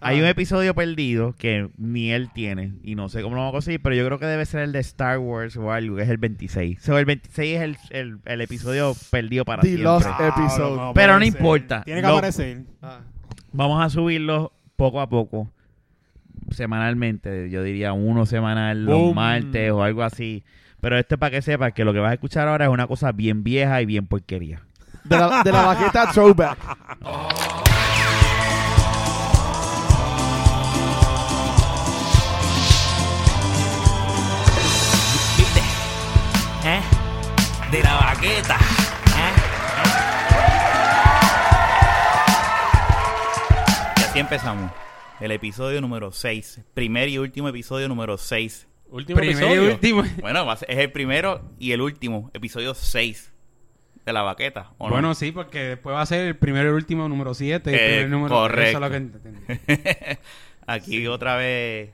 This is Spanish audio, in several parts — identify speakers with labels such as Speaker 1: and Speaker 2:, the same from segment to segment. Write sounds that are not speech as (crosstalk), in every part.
Speaker 1: hay
Speaker 2: Ah.
Speaker 1: un episodio perdido que ni él tiene y no sé cómo lo vamos a conseguir, pero yo creo que debe ser el de Star Wars o algo, que es el 26. So, el 26 es el, el- el episodio perdido para
Speaker 3: The
Speaker 1: siempre.
Speaker 3: Lost
Speaker 2: Claro,
Speaker 3: Episode.
Speaker 2: no
Speaker 1: Pero no
Speaker 2: aparece.
Speaker 1: importa.
Speaker 2: Tiene que
Speaker 1: Lo-
Speaker 2: aparecer.
Speaker 3: Ah.
Speaker 1: Vamos a subirlo poco a poco, semanalmente. Yo diría uno semanal, los
Speaker 2: Boom.
Speaker 1: martes o algo así. Pero este para que sepas que lo que vas a escuchar ahora es una cosa bien vieja y bien porquería.
Speaker 3: De la, de la baqueta throwback.
Speaker 4: ¿Viste? ¿Eh? De la baqueta. ¿Eh? Y así empezamos. El episodio número 6. Primer y último episodio número 6.
Speaker 5: Último episodio.
Speaker 4: Bueno, va a ser- es el primero y el último. Episodio 6 de la baqueta. ¿o
Speaker 5: (laughs)
Speaker 4: no?
Speaker 5: Bueno, sí, porque después va a ser el primero y el último, número 7.
Speaker 4: Eh,
Speaker 5: número Eso
Speaker 4: correcto.
Speaker 5: es lo que entendí.
Speaker 4: (laughs) Aquí otra vez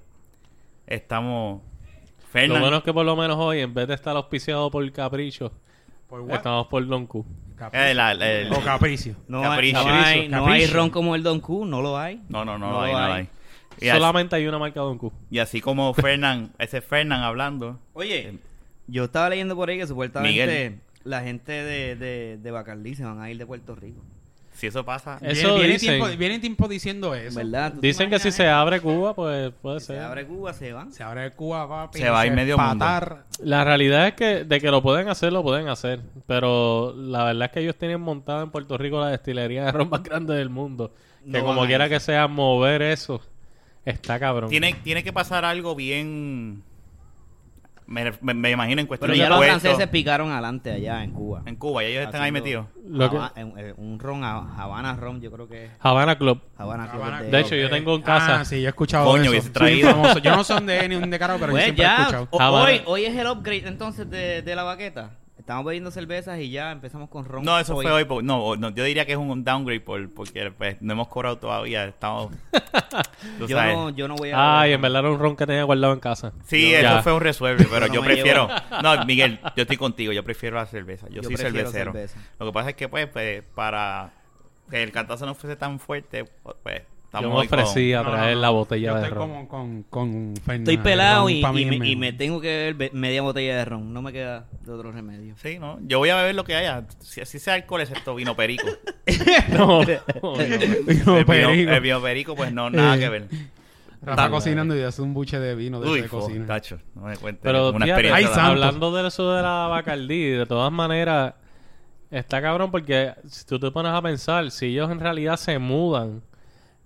Speaker 4: estamos.
Speaker 6: Lo
Speaker 4: Fernan.
Speaker 6: bueno es que por lo menos hoy, en vez de estar auspiciado por Capricho,
Speaker 5: ¿Por
Speaker 6: estamos por Don Q.
Speaker 4: Eh, la- la- el-
Speaker 5: Pues, O Capricio.
Speaker 7: No, hay,
Speaker 4: Capricho.
Speaker 7: no, hay, no hay
Speaker 5: Capricio.
Speaker 7: ron como el Don Q, no lo hay.
Speaker 4: No, no, no,
Speaker 7: No
Speaker 4: lo hay,
Speaker 7: lo
Speaker 4: no lo
Speaker 7: hay.
Speaker 4: hay. Y así-
Speaker 6: Solamente hay una marca Don Q.
Speaker 4: Y así como Fernán, ese Fernán hablando.
Speaker 7: Oye, Eh, yo estaba leyendo por ahí que supuestamente
Speaker 4: Miguel.
Speaker 7: la gente de, de, de Bacardí se van a ir de Puerto Rico.
Speaker 4: Si eso pasa.
Speaker 6: Eso
Speaker 5: viene, viene
Speaker 6: dicen.
Speaker 5: tiempo, viene tiempo diciendo eso.
Speaker 7: ¿Verdad? ¿Tú te
Speaker 6: Dicen que si
Speaker 7: imaginas
Speaker 6: se
Speaker 7: eso?
Speaker 6: abre Cuba, pues puede
Speaker 7: Si se
Speaker 6: ser.
Speaker 7: abre Cuba, se van.
Speaker 5: Se abre Cuba, papi.
Speaker 4: Se va a ir medio mundo.
Speaker 5: patar.
Speaker 6: La realidad es que de que lo pueden hacer, lo pueden hacer. Pero la verdad es que ellos tienen montada en Puerto Rico la destilería de ron más grande del mundo. Que
Speaker 7: No van
Speaker 6: como
Speaker 7: a
Speaker 6: quiera
Speaker 7: ir.
Speaker 6: que sea, mover eso está cabrón.
Speaker 4: Tiene, tiene que pasar algo bien. Me, me- me imagino en cuestión
Speaker 7: Pero
Speaker 4: de
Speaker 7: ya los
Speaker 4: impuestos.
Speaker 7: franceses picaron adelante allá en Cuba.
Speaker 4: En Cuba, ya ellos están ahí metidos.
Speaker 6: Lo que-
Speaker 7: Hava- en- eh, un ron, a- Habana ron, yo creo que es
Speaker 6: Habana Club.
Speaker 7: Habana Club
Speaker 5: Habana
Speaker 7: de-
Speaker 6: De hecho, yo
Speaker 5: Ok.
Speaker 6: tengo en casa.
Speaker 5: Ah, sí, yo he escuchado
Speaker 4: Coño,
Speaker 5: eso.
Speaker 4: hubiese
Speaker 5: Sí,
Speaker 4: traído.
Speaker 5: famoso. Yo no soy de ni un de caro, pero yo
Speaker 7: Pues
Speaker 5: siempre he
Speaker 7: ya,
Speaker 5: escuchado.
Speaker 7: o-
Speaker 6: Habana.
Speaker 7: hoy, hoy es el upgrade entonces de, de la baqueta. Estamos bebiendo cervezas y ya empezamos con ron.
Speaker 4: No, eso fue hoy. por- no, no, yo diría que es un downgrade por, porque pues, no hemos cobrado todavía. Estamos. tú
Speaker 7: Yo
Speaker 4: sabes.
Speaker 7: no, yo no voy a...
Speaker 6: Ay, en verdad era un ron que tenía guardado en casa.
Speaker 4: Sí,
Speaker 6: Ya.
Speaker 4: eso fue un resuelve, pero
Speaker 7: No
Speaker 4: yo
Speaker 7: me
Speaker 4: prefiero. (laughs) No, Miguel, yo estoy contigo, yo prefiero la cerveza. Yo,
Speaker 7: Yo
Speaker 4: soy
Speaker 7: prefiero
Speaker 4: cervecero.
Speaker 7: cerveza.
Speaker 4: Lo que pasa es que, pues, pues, para que el cantazo no fuese tan fuerte, pues,
Speaker 6: Yo
Speaker 4: estamos
Speaker 6: me
Speaker 4: hoy con-
Speaker 6: ofrecí a
Speaker 5: No, no,
Speaker 6: traer
Speaker 5: no.
Speaker 6: la botella
Speaker 5: Yo
Speaker 6: de
Speaker 5: estoy
Speaker 6: ron.
Speaker 5: como con, con Fernan.
Speaker 7: Estoy pelado
Speaker 5: Ron
Speaker 7: y,
Speaker 5: pa' mí
Speaker 7: y
Speaker 5: es
Speaker 7: me,
Speaker 5: (laughs)
Speaker 7: y
Speaker 5: mejor.
Speaker 7: me tengo que beber be- media botella de ron. No me queda de otro remedio.
Speaker 4: Sí, ¿no? Yo voy a beber lo que haya. Si así sea alcohol, excepto vino perico.
Speaker 6: No, no.
Speaker 5: Digo,
Speaker 4: el, vino,
Speaker 5: perico.
Speaker 4: el vino perico, pues no, nada que ver.
Speaker 5: Rafa cocinando y hace un buche de vino de
Speaker 4: Uy,
Speaker 5: ese de
Speaker 4: fo,
Speaker 5: cocina.
Speaker 4: tacho, no me cuentes.
Speaker 6: Pero
Speaker 4: una
Speaker 6: fíjate,
Speaker 4: experiencia.
Speaker 5: Ay, santo.
Speaker 6: hablando de eso de la Bacardí, de todas maneras, está cabrón porque si tú te pones a pensar, si ellos en realidad se mudan,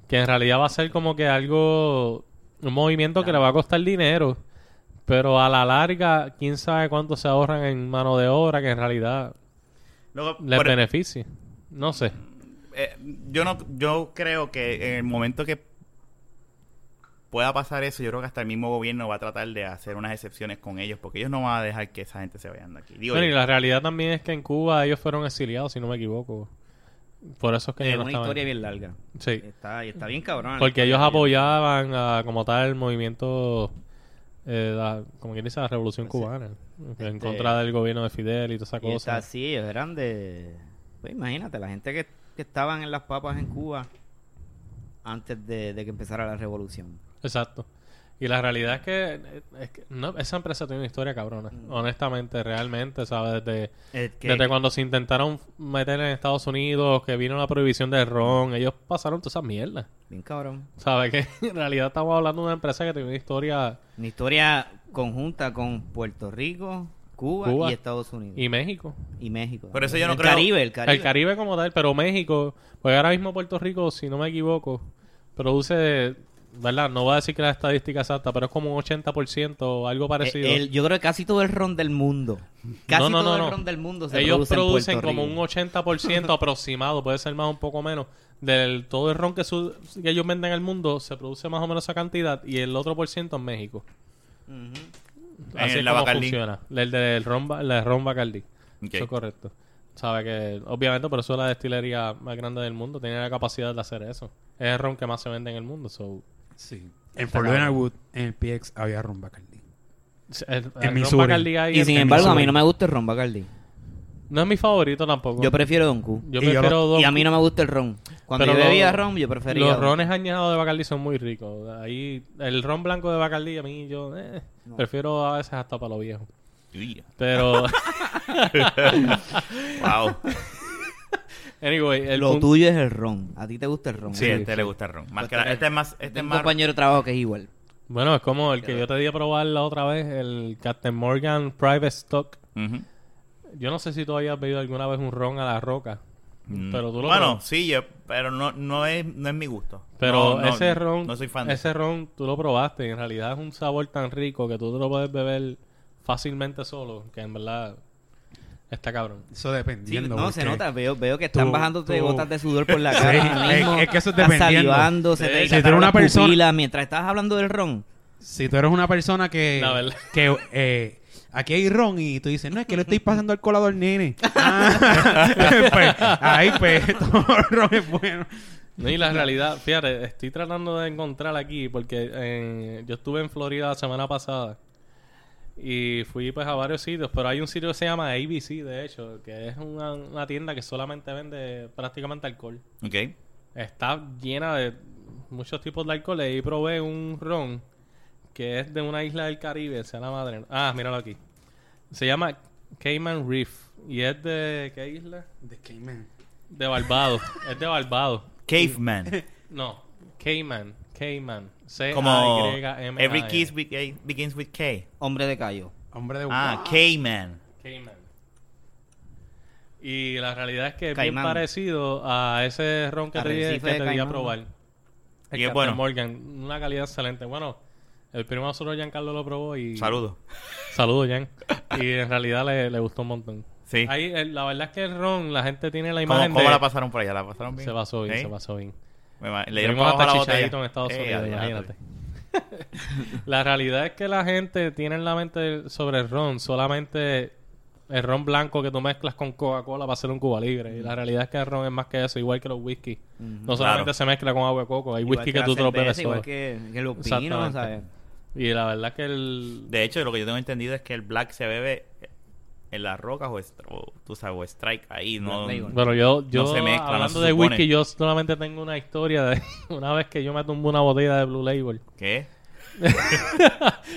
Speaker 6: que en realidad va a ser como que algo, un movimiento que le va a costar dinero, pero a la larga, quién sabe cuánto se ahorran en mano de obra, que en realidad
Speaker 4: Luego,
Speaker 6: les
Speaker 4: por- e-
Speaker 6: beneficie. No sé.
Speaker 4: eh, yo no, yo creo que en el momento que pueda pasar eso, yo creo que hasta el mismo gobierno va a tratar de hacer unas excepciones con ellos, porque ellos no van a dejar que esa gente se vayan de aquí. Digo,
Speaker 6: Bueno, y
Speaker 4: yo.
Speaker 6: la realidad también es que en Cuba ellos fueron exiliados, si no me equivoco. Por eso es que
Speaker 7: Es
Speaker 6: ellos no
Speaker 7: una
Speaker 6: estaban-
Speaker 7: historia bien larga.
Speaker 6: pues, Sí.
Speaker 7: Está, y está bien cabrón.
Speaker 6: Porque ellos apoyaban a, como tal el movimiento, eh, la- como quien dice, la revolución cubana. En
Speaker 7: Este-
Speaker 6: contra del gobierno de Fidel y toda esa
Speaker 7: Y está
Speaker 6: cosa.
Speaker 7: así, ellos eran de... Pues imagínate, la gente que, que estaban en las papas en Cuba antes de, de que empezara la revolución.
Speaker 6: Exacto. Y la realidad es que, eh, es que no, esa empresa tiene una historia cabrona. Honestamente, realmente, ¿sabes? Desde,
Speaker 4: eh,
Speaker 7: Es que-
Speaker 6: desde cuando se intentaron meter en Estados Unidos, que vino la prohibición del ron, ellos pasaron todas esas mierdas.
Speaker 7: Bien cabrón.
Speaker 6: ¿Sabes? (laughs) Que en realidad estamos hablando de una empresa que tiene una historia...
Speaker 7: Una historia conjunta con Puerto Rico, Cuba,
Speaker 6: Cuba.
Speaker 7: y Estados Unidos.
Speaker 6: Y México.
Speaker 7: Y México.
Speaker 4: Por eso yo no
Speaker 7: el
Speaker 4: creo-
Speaker 7: Caribe, el Caribe.
Speaker 6: El Caribe como tal, pero México, porque ahora mismo Puerto Rico, si no me equivoco, produce ¿verdad? No voy a decir que la estadística exacta, pero es como un 80% o algo parecido.
Speaker 7: Eh, el- yo creo que casi todo el ron del mundo. Casi
Speaker 6: No, no,
Speaker 7: todo
Speaker 6: no,
Speaker 7: el
Speaker 6: no.
Speaker 7: ron del mundo se
Speaker 6: Ellos
Speaker 7: produce en
Speaker 6: producen
Speaker 7: Puerto
Speaker 6: como
Speaker 7: Rico.
Speaker 6: un
Speaker 7: (laughs)
Speaker 6: 80% aproximado, puede ser más un poco menos. Del todo el ron que, su- que ellos venden al mundo, se produce más o menos esa cantidad y el otro por ciento en México. Así
Speaker 4: el
Speaker 6: es
Speaker 4: la
Speaker 6: como
Speaker 4: Bacardí.
Speaker 6: funciona. El del ron, ba- el de ron Bacardi.
Speaker 4: Ok.
Speaker 6: Eso es correcto. Sabe que, obviamente, por eso es la destilería más grande del mundo. Tiene la capacidad de hacer eso. Es el ron que más se vende en el mundo. so,
Speaker 5: Sí. En Fort Leonard Wood, en el PX, había ron Bacardi.
Speaker 6: el- el
Speaker 5: En
Speaker 6: ron
Speaker 5: Missouri.
Speaker 6: Bacardi ahí
Speaker 7: Y
Speaker 6: es-
Speaker 7: sin embargo, a mí no me gusta el ron Bacardi.
Speaker 6: No es mi favorito tampoco.
Speaker 7: Yo prefiero Don Q.
Speaker 6: Yo
Speaker 5: y yo
Speaker 6: prefiero dos.
Speaker 7: Y a mí no me gusta el ron. Cuando
Speaker 6: Pero
Speaker 7: yo
Speaker 6: lo-
Speaker 7: bebía ron, yo prefería.
Speaker 6: Los rones añejados de Bacardi son muy ricos. Ahí, el ron blanco de Bacardi, a mí yo eh, prefiero a veces hasta para lo viejo.
Speaker 4: Uy, (laughs)
Speaker 6: Pero, (laughs)
Speaker 4: Wow.
Speaker 6: anyway, el
Speaker 7: Lo
Speaker 6: punto-
Speaker 7: tuyo es el ron. A ti te gusta el ron.
Speaker 4: Sí, a este le gusta el ron. Más que la- este es más, este es
Speaker 7: Tengo un
Speaker 4: más
Speaker 7: compañero de trabajo que es igual.
Speaker 6: Bueno, es como el que yo te di a probar la otra vez, el Captain Morgan Private Stock.
Speaker 4: Ujú.
Speaker 6: Yo no sé si tú habías bebido alguna vez un ron a la roca.
Speaker 4: Mm.
Speaker 6: Pero tú lo
Speaker 4: Bueno,
Speaker 6: probaste.
Speaker 4: sí, yo- pero no, no, es, no es mi gusto.
Speaker 6: Pero
Speaker 4: No, no,
Speaker 6: ese ron,
Speaker 4: No soy fan. de-
Speaker 6: ese ron tú lo probaste y en realidad es un sabor tan rico que tú te lo puedes beber fácilmente solo, que en verdad está cabrón.
Speaker 5: Eso
Speaker 7: Sí,
Speaker 5: dependiendo.
Speaker 7: no, se
Speaker 5: porque-
Speaker 7: nota. Veo, veo que están
Speaker 5: tú-
Speaker 7: bajándote
Speaker 5: tú-
Speaker 7: gotas de sudor
Speaker 6: (laughs)
Speaker 7: por la cara. ahora mismo.
Speaker 5: es- es que eso es
Speaker 7: Estás
Speaker 5: dependiendo.
Speaker 7: salivando, se
Speaker 6: Sí. Si
Speaker 7: te
Speaker 5: tú eres
Speaker 7: dilataron
Speaker 5: una
Speaker 7: las
Speaker 5: persona-
Speaker 7: pupilas Mientras estabas hablando del ron.
Speaker 5: Si tú eres una persona que.
Speaker 6: La verdad.
Speaker 5: Que. eh, aquí hay ron y tú dices, no, es que
Speaker 6: (laughs)
Speaker 5: le estoy pasando al colado al nene. Ah, (laughs) pues, ahí, pues, (laughs) todo el ron es bueno.
Speaker 6: No, y la realidad, fíjate, estoy tratando de encontrar aquí porque eh, yo estuve en Florida la semana pasada y fui pues a varios sitios, pero hay un sitio que se llama ABC, de hecho, que es una, una tienda que solamente vende prácticamente alcohol.
Speaker 4: Ok.
Speaker 6: Está llena de muchos tipos de alcohol y probé un ron que es de una isla del Caribe, se llama madre. Ah, míralo aquí. Se llama Cayman Reef y es de ¿qué isla?
Speaker 5: De Cayman.
Speaker 6: De Barbados. es de Barbados. (laughs)
Speaker 4: Caveman.
Speaker 6: No, Cayman, Cayman. C
Speaker 4: Como
Speaker 6: A Y M A E. N.
Speaker 4: Every Kiss be- Begins with K.
Speaker 7: Hombre de callo.
Speaker 5: Hombre de
Speaker 4: Ah, Caveman.
Speaker 6: Cayman. Y la realidad es que es bien
Speaker 7: Caimán.
Speaker 6: parecido a ese ron que te, di-
Speaker 7: Arrecife
Speaker 6: que
Speaker 7: de
Speaker 6: te di a
Speaker 7: caimán,
Speaker 6: probar. El
Speaker 4: Y es
Speaker 6: Captain
Speaker 4: bueno.
Speaker 6: Morgan, una calidad excelente. Bueno, el primo de nosotros, Giancarlo, lo probó y...
Speaker 4: Saludos.
Speaker 6: Saludos, Jan. Y en realidad le, le gustó un montón.
Speaker 4: Sí.
Speaker 6: Ahí, el- la verdad es que el ron, la gente tiene la
Speaker 4: ¿Cómo,
Speaker 6: imagen
Speaker 4: cómo
Speaker 6: de...
Speaker 4: la pasaron por allá? ¿La pasaron bien?
Speaker 6: se pasó bien,
Speaker 4: ¿Sí?
Speaker 6: se pasó bien.
Speaker 4: Me va- Le dieron
Speaker 6: Tuvimos
Speaker 4: para abajo
Speaker 6: hasta
Speaker 4: la botella.
Speaker 6: chichadito en Estados
Speaker 4: Eh,
Speaker 6: Unidos,
Speaker 4: adelante.
Speaker 6: imagínate. (laughs) la realidad es que la gente tiene en la mente sobre el ron solamente el ron blanco que tú mezclas con Coca-Cola para hacer un Cuba Libre.
Speaker 4: Mm.
Speaker 6: Y la realidad es que el ron es más que eso, igual que los whisky.
Speaker 4: Mm-hmm.
Speaker 6: No solamente
Speaker 4: Claro.
Speaker 6: se mezcla con agua de coco, hay whisky que tú te lo bebes
Speaker 7: Igual
Speaker 6: solo.
Speaker 7: que, que los pinos,
Speaker 6: Exactamente.
Speaker 7: ¿sabes?
Speaker 6: Y la verdad es que el...
Speaker 4: De hecho, lo que yo tengo entendido es que el black se bebe en las rocas o, est- o, tú sabes, o strike ahí. No,
Speaker 7: Black Label.
Speaker 6: Bueno, yo, yo
Speaker 4: se mezcla, no
Speaker 6: hablando
Speaker 4: se
Speaker 6: de
Speaker 4: supone.
Speaker 6: whisky, yo solamente tengo una historia de (laughs) una vez que yo me tumbé una botella de Blue Label.
Speaker 4: ¿Qué?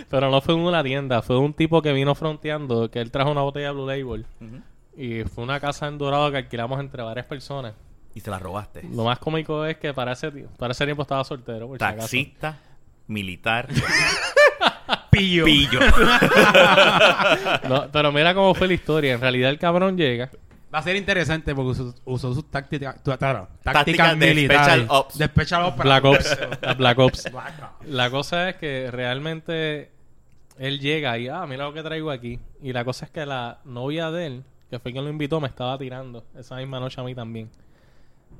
Speaker 6: Pero no fue en una tienda, fue un tipo que vino fronteando, que él trajo una botella de Blue Label.
Speaker 4: Ujú.
Speaker 6: Y fue una casa en Dorado que alquilamos entre varias personas.
Speaker 4: Y se la robaste.
Speaker 6: Lo más cómico es que para ese, ti- para ese tiempo estaba soltero. Por si acaso.
Speaker 4: Taxista,
Speaker 6: (laughs)
Speaker 4: militar,
Speaker 5: Pillo.
Speaker 4: pillo.
Speaker 6: No, pero mira cómo fue la historia. En realidad el cabrón llega.
Speaker 5: Va a ser interesante porque usó, usó sus tácticas tu- claro,
Speaker 4: Tácticas
Speaker 5: tácticas
Speaker 4: de
Speaker 5: militares.
Speaker 4: Special Ops.
Speaker 5: De Special Ops. para-
Speaker 6: Black Ops. a
Speaker 5: (laughs)
Speaker 6: Black Ops.
Speaker 5: Black Ops.
Speaker 6: La cosa es que realmente él llega y, ah, mira lo que traigo aquí. Y la cosa es que la novia de él, que fue quien lo invitó, me estaba tirando esa misma noche a mí también.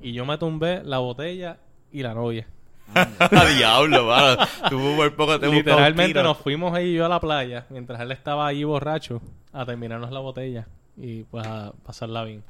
Speaker 6: Y yo me tumbé la botella y la novia.
Speaker 4: ¡A diablo, mano! Tú muy poco te buscas un
Speaker 6: Literalmente
Speaker 4: tiro.
Speaker 6: nos fuimos él y yo a la playa mientras él estaba ahí borracho a terminarnos la botella y pues a pasarla bien.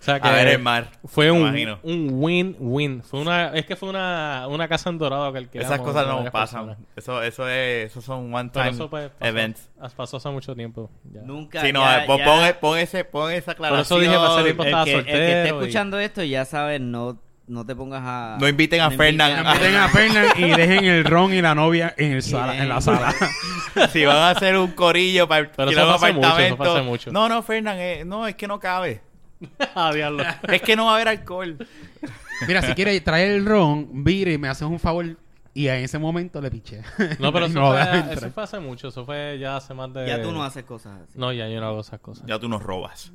Speaker 6: O sea que
Speaker 4: A ver el mar.
Speaker 6: fue
Speaker 4: me
Speaker 6: un,
Speaker 4: imagino.
Speaker 6: un win-win. Fue una, es que fue una, una casa en dorado que alquilamos
Speaker 4: Esas cosas
Speaker 6: con
Speaker 4: no
Speaker 6: varias
Speaker 4: pasan.
Speaker 6: personas.
Speaker 4: Eso, eso es, esos son one
Speaker 6: Pero
Speaker 4: time
Speaker 6: eso pues, pasó,
Speaker 4: events.
Speaker 6: pasó hace mucho tiempo. ya.
Speaker 7: Nunca.
Speaker 4: Sí, no,
Speaker 7: ya-
Speaker 4: eh, pon,
Speaker 7: ya-
Speaker 4: pon- pon ese, pon esa
Speaker 6: Por
Speaker 4: aclaración.
Speaker 6: eso dije para ser
Speaker 7: el
Speaker 6: estaba
Speaker 7: que, el que esté
Speaker 6: soltero y-
Speaker 7: escuchando esto, ya sabes, no, no te pongas a.
Speaker 4: No inviten a Fernan.
Speaker 7: inviten
Speaker 5: Meten a Fernan y dejen el ron y la novia en, el sala- en la
Speaker 6: (laughs)
Speaker 5: sala.
Speaker 4: (laughs) Si van a hacer un corillo para el
Speaker 6: Pero eso
Speaker 4: tirar un
Speaker 6: pasa mucho, eso
Speaker 4: apartamento.
Speaker 6: pasa mucho.
Speaker 4: No, no, Fernan, eh, no, es que no cabe.
Speaker 6: Ah, (laughs)
Speaker 7: (laughs)
Speaker 6: diablo.
Speaker 4: Es que no va a haber alcohol.
Speaker 5: Mira, si quieres traer el ron, vire y me haces un favor Y en ese momento le piché. (laughs)
Speaker 6: No, pero
Speaker 5: Y
Speaker 6: eso,
Speaker 5: no
Speaker 6: fue,
Speaker 5: deja
Speaker 6: eso
Speaker 5: entrar.
Speaker 6: fue hace mucho. Eso fue ya hace más de...
Speaker 7: Ya tú no haces cosas así.
Speaker 6: No, ya yo no hago esas cosas.
Speaker 4: Ya tú nos robas.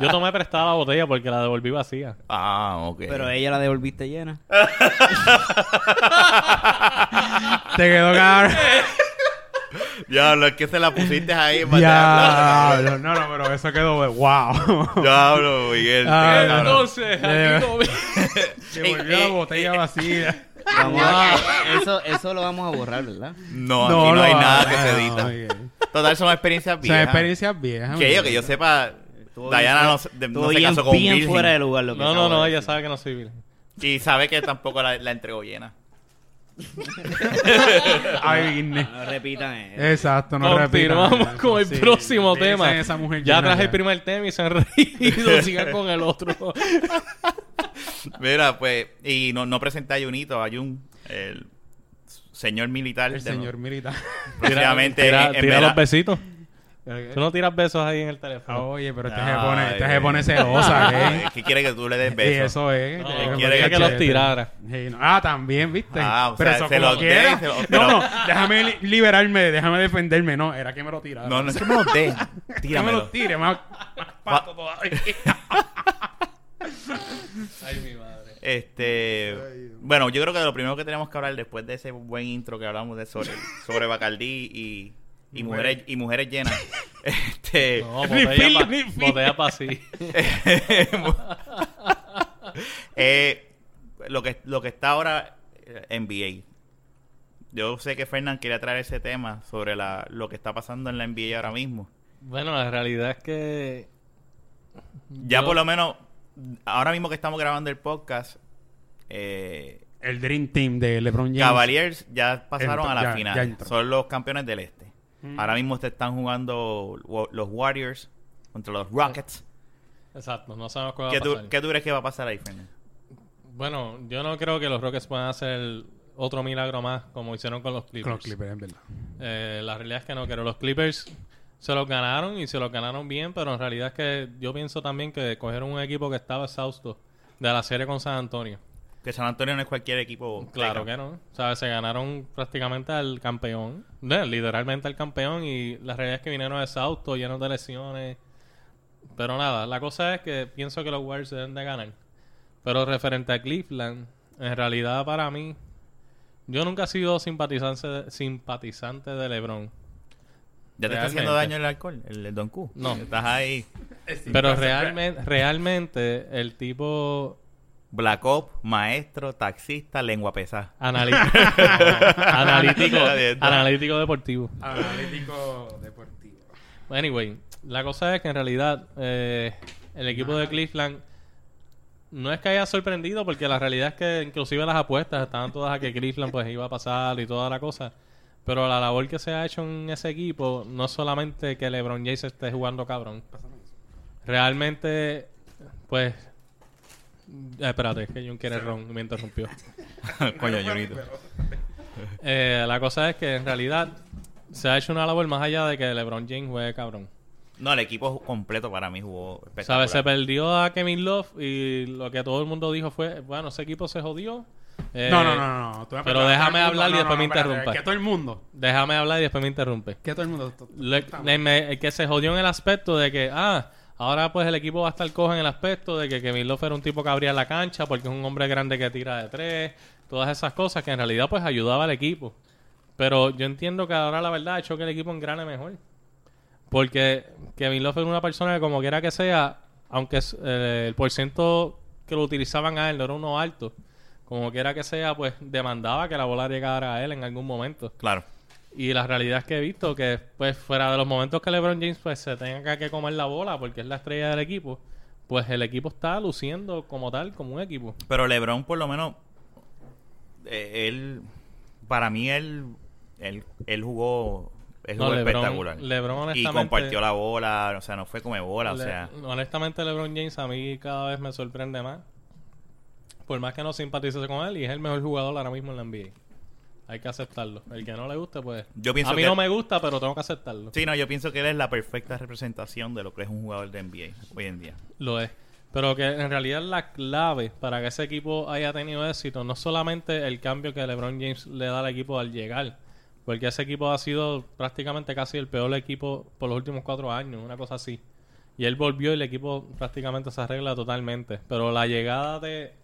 Speaker 6: Yo tomé prestada la botella porque la devolví vacía.
Speaker 4: Ah, ok.
Speaker 7: Pero ella la devolviste llena.
Speaker 4: (laughs)
Speaker 5: Te quedó
Speaker 4: (laughs)
Speaker 5: cabrón.
Speaker 4: Ya, lo que se la
Speaker 6: (laughs)
Speaker 4: pusiste ahí. Ya,
Speaker 5: Diablo. No, no, pero eso quedó de
Speaker 4: (laughs)
Speaker 5: wow.
Speaker 4: Diablo, Miguel. te
Speaker 5: Ah,
Speaker 4: quedaron.
Speaker 6: Entonces, aquí no
Speaker 5: Se
Speaker 4: Eh,
Speaker 5: volvió la botella vacía.
Speaker 7: Vamos a- eso, eso lo vamos a borrar, ¿verdad?
Speaker 4: No, aquí no, hay nada que se edita.
Speaker 5: edita.
Speaker 4: Total, son experiencias
Speaker 5: Son
Speaker 4: viejas.
Speaker 5: experiencias viejas.
Speaker 4: Que yo,
Speaker 5: mano.
Speaker 4: que yo sepa,
Speaker 7: Todo
Speaker 4: Diana
Speaker 7: bien-
Speaker 4: no, se- de- no
Speaker 7: todo
Speaker 4: se
Speaker 7: bien,
Speaker 4: casó con un
Speaker 7: bien
Speaker 4: virgen.
Speaker 7: fuera de lugar lo que
Speaker 6: No, no,
Speaker 7: acabo
Speaker 6: no,
Speaker 7: de
Speaker 6: ella
Speaker 7: decir.
Speaker 6: sabe que no soy virgen.
Speaker 4: Y sabe que tampoco la, la entregó llena.
Speaker 5: Ay, Virne.
Speaker 7: No repitan eh. eso.
Speaker 6: Eh,
Speaker 5: Exacto, no
Speaker 6: Continuamos
Speaker 5: repitan.
Speaker 6: con el
Speaker 5: Sí.
Speaker 6: próximo
Speaker 5: Esa-
Speaker 6: tema.
Speaker 5: esa mujer
Speaker 6: ya
Speaker 5: llena
Speaker 6: traje
Speaker 5: ya.
Speaker 6: el primer tema y se han (laughs) reído. Sigan con el otro.
Speaker 4: Mira, pues, y no, no presenté a Junito, a Jun, el señor militar.
Speaker 5: El
Speaker 4: de-
Speaker 5: señor militar.
Speaker 4: (laughs) Próximamente.
Speaker 6: tira
Speaker 4: en- en
Speaker 6: tira
Speaker 4: vera-
Speaker 6: los besitos. Tú no tiras besos ahí en el
Speaker 5: Ah,
Speaker 6: teléfono.
Speaker 5: Oye, pero este se
Speaker 4: Ay.
Speaker 5: pone, este se pone celosa, ¿eh?
Speaker 4: Ay, Ah, ¿Qué quiere que tú le des
Speaker 5: Y
Speaker 4: besos?
Speaker 5: eso es.
Speaker 6: No,
Speaker 5: Te-
Speaker 4: quiere
Speaker 5: porque
Speaker 4: que
Speaker 5: este-
Speaker 6: los tirara.
Speaker 5: Sí, no. Ah, también, ¿viste?
Speaker 4: Ah, o
Speaker 5: pero
Speaker 4: sea,
Speaker 5: eso
Speaker 4: se
Speaker 5: como
Speaker 4: los
Speaker 5: quiera.
Speaker 4: dé y se los- pero-
Speaker 5: No, no, déjame li- liberarme, déjame defenderme. No, era que me lo tirara.
Speaker 4: No, no es que me los des.
Speaker 5: que me
Speaker 4: Tíramelo.
Speaker 5: lo tire, más, más pato todavía.
Speaker 6: Ay, mi madre.
Speaker 4: Este, bueno, yo creo que lo primero que tenemos que hablar después de ese buen intro que hablamos de sobre, sobre Bacardí y, y mujeres y mujeres llenas. (laughs) Este,
Speaker 6: No,
Speaker 5: Refill,
Speaker 6: botella
Speaker 5: refill.
Speaker 6: pa- botella pa' así.
Speaker 4: eh, lo que lo que está ahora eh, NBA. Yo sé que Fernán quería traer ese tema sobre la, lo que está pasando en la NBA ahora mismo.
Speaker 6: Bueno, la realidad es que...
Speaker 4: Ya
Speaker 6: Yo-
Speaker 4: por lo menos ahora mismo que estamos grabando el podcast eh,
Speaker 5: El Dream Team de LeBron James.
Speaker 4: Cavaliers ya pasaron
Speaker 5: Entró,
Speaker 4: a la
Speaker 5: ya- ya
Speaker 4: final.
Speaker 5: entró.
Speaker 4: Son los campeones del este.
Speaker 6: Mm.
Speaker 4: Ahora mismo te están jugando wa- los Warriors contra los Rockets.
Speaker 6: Exacto, no sabemos cuál va
Speaker 4: ¿Qué
Speaker 6: a pasar.
Speaker 4: tú, ¿Qué tú crees que va a pasar ahí, Fernan?
Speaker 6: Bueno, yo no creo que los Rockets puedan hacer otro milagro más como hicieron con los Clippers.
Speaker 5: Con los Clippers, en verdad.
Speaker 6: Eh, la realidad es que no creo. Los Clippers se los ganaron y se los ganaron bien, pero en realidad es que yo pienso también que cogieron un equipo que estaba exhausto de la serie con San Antonio.
Speaker 4: Que San Antonio no es cualquier equipo.
Speaker 6: Claro que no. O sea, se ganaron prácticamente al campeón. No, literalmente al campeón. Y la realidad es que vinieron exhaustos, llenos de lesiones. Pero nada, la cosa es que pienso que los Warriors se deben de ganar. Pero referente a Cleveland, en realidad para mí, yo nunca he sido simpatizante, simpatizante de LeBron.
Speaker 4: Ya te está haciendo
Speaker 6: Realmente.
Speaker 4: daño el alcohol, el, el Don Q.
Speaker 6: No.
Speaker 4: Estás ahí.
Speaker 6: Pero realmente, realmente el tipo
Speaker 4: Black Op, maestro, taxista, lengua pesada. (laughs)
Speaker 6: anali- (laughs) analítico,
Speaker 4: Está bien, está.
Speaker 6: analítico deportivo.
Speaker 5: Analítico deportivo.
Speaker 6: Anyway, la cosa es que en realidad eh, el equipo de Cleveland no es que haya sorprendido porque la realidad es que inclusive las apuestas estaban todas a que Cleveland pues iba a pasar y toda la cosa. Pero la labor que se ha hecho en ese equipo no es solamente que LeBron James esté jugando cabrón. Realmente, pues... eh, espérate, es que John quiere ron, me interrumpió.
Speaker 4: Coño, Junito.
Speaker 6: Eh, la cosa es que en realidad se ha hecho una labor más allá de que LeBron James juegue cabrón.
Speaker 4: No, el equipo completo para mí jugó espectacular.
Speaker 6: ¿Sabes? Se perdió a Kevin Love y lo que todo el mundo dijo fue, bueno, ese equipo se jodió. Eh,
Speaker 5: no, no, no, no. Tú me
Speaker 6: pero
Speaker 5: preguntas,
Speaker 6: déjame
Speaker 5: todo el
Speaker 6: hablar y después me
Speaker 5: espérate,
Speaker 6: interrumpa.
Speaker 5: Que todo el mundo.
Speaker 6: Déjame hablar y después me interrumpe.
Speaker 5: Que todo el mundo. to- to-
Speaker 6: Le-
Speaker 5: estamos.
Speaker 6: le- me- el que se jodió en el aspecto de que, ah, ahora pues el equipo va a estar cojo en el aspecto de que Kevin Love era un tipo que abría la cancha porque es un hombre grande que tira de tres, todas esas cosas que en realidad pues ayudaba al equipo. Pero yo entiendo que ahora la verdad ha hecho que el equipo engrane mejor. Porque Kevin Love era una persona que como quiera que sea, aunque es- eh, el porciento que lo utilizaban a él no era uno alto, como quiera que sea, pues demandaba que la bola llegara a él en algún momento.
Speaker 4: Claro.
Speaker 6: Y la realidad es que he visto que, pues, fuera de los momentos que LeBron James pues, se tenga que comer la bola porque es la estrella del equipo, pues el equipo está luciendo como tal, como un equipo.
Speaker 4: Pero LeBron, por lo menos, eh, él, para mí, él, él, él jugó, él
Speaker 6: No,
Speaker 4: jugó
Speaker 6: LeBron-
Speaker 4: espectacular.
Speaker 6: LeBron,
Speaker 4: y
Speaker 6: honestamente-
Speaker 4: compartió la bola, o sea, no fue como bola, Ah, o
Speaker 6: Le-
Speaker 4: sea.
Speaker 6: Honestamente, LeBron James a mí cada vez me sorprende más. Por más que no simpatice con él, y es el mejor jugador ahora mismo en la NBA. Hay que aceptarlo. El que no le guste, pues.
Speaker 4: Yo pienso
Speaker 6: a mí
Speaker 4: que-
Speaker 6: no me gusta, pero tengo que aceptarlo.
Speaker 4: Sí, no, yo pienso que él es la perfecta representación de lo que es un jugador de NBA hoy en día.
Speaker 6: Lo es. Pero que en realidad la clave para que ese equipo haya tenido éxito no es solamente el cambio que LeBron James le da al equipo al llegar, porque ese equipo ha sido prácticamente casi el peor equipo por los últimos cuatro años, una cosa así. Y él volvió y el equipo prácticamente se arregla totalmente. Pero la llegada de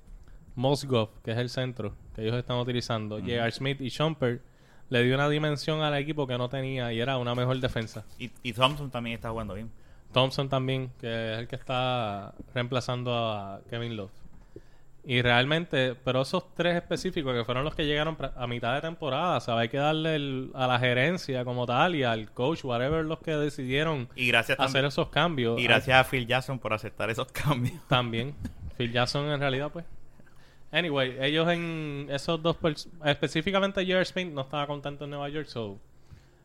Speaker 6: Mosgov, que es el centro que ellos están utilizando, J.R. Smith y Shumpert, le dio una dimensión al equipo que no tenía y era una mejor defensa.
Speaker 4: Y, y Thompson también está jugando bien.
Speaker 6: Thompson también, que es el que está reemplazando a Kevin Love. Y realmente, pero esos tres específicos que fueron los que llegaron pra- a mitad de temporada, o sea, hay que darle el- a la gerencia como tal y al coach, whatever, los que decidieron
Speaker 4: Y gracias,
Speaker 6: hacer
Speaker 4: también,
Speaker 6: esos cambios.
Speaker 4: y gracias a Phil Jackson por aceptar esos (laughs) cambios.
Speaker 6: Ah, También. Phil Jackson en realidad, pues. Anyway, ellos en esos dos, pers- específicamente Jerry Smith no estaba contento en Nueva York, so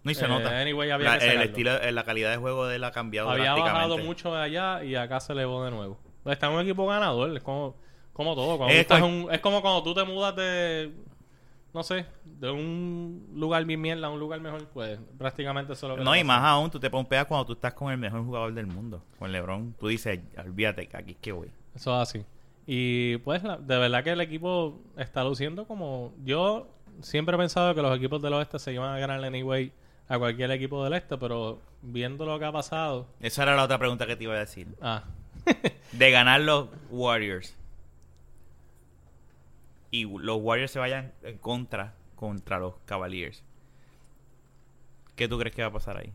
Speaker 4: No, y se
Speaker 6: Eh,
Speaker 4: nota.
Speaker 6: anyway, había
Speaker 4: La-
Speaker 6: que
Speaker 4: el
Speaker 6: sacarlo.
Speaker 4: estilo, eh, la calidad de juego de él ha cambiado
Speaker 6: había
Speaker 4: drásticamente.
Speaker 6: bajado mucho de allá y acá se elevó de nuevo. Está en un equipo ganador, es como, como todo. Cuando
Speaker 4: Es
Speaker 6: tú estás
Speaker 4: cual-
Speaker 6: en un- es como cuando tú te mudas de, no sé, de un lugar bien mierda a un lugar mejor, pues prácticamente eso es lo que
Speaker 4: No,
Speaker 6: te
Speaker 4: y
Speaker 6: pasa.
Speaker 4: más aún, tú te pompeas cuando tú estás con el mejor jugador del mundo, con LeBron. Tú dices, olvídate, que aquí es que voy.
Speaker 6: Eso es así. Y pues la- de verdad que el equipo está luciendo como... Yo siempre he pensado que los equipos del oeste se iban a ganar anyway a cualquier equipo del este, pero viendo lo que ha pasado...
Speaker 4: Esa era la otra pregunta que te iba a decir.
Speaker 6: Ah,
Speaker 4: De ganar los Warriors. Y los Warriors se vayan en contra contra los Cavaliers. ¿Qué tú crees que va a pasar ahí?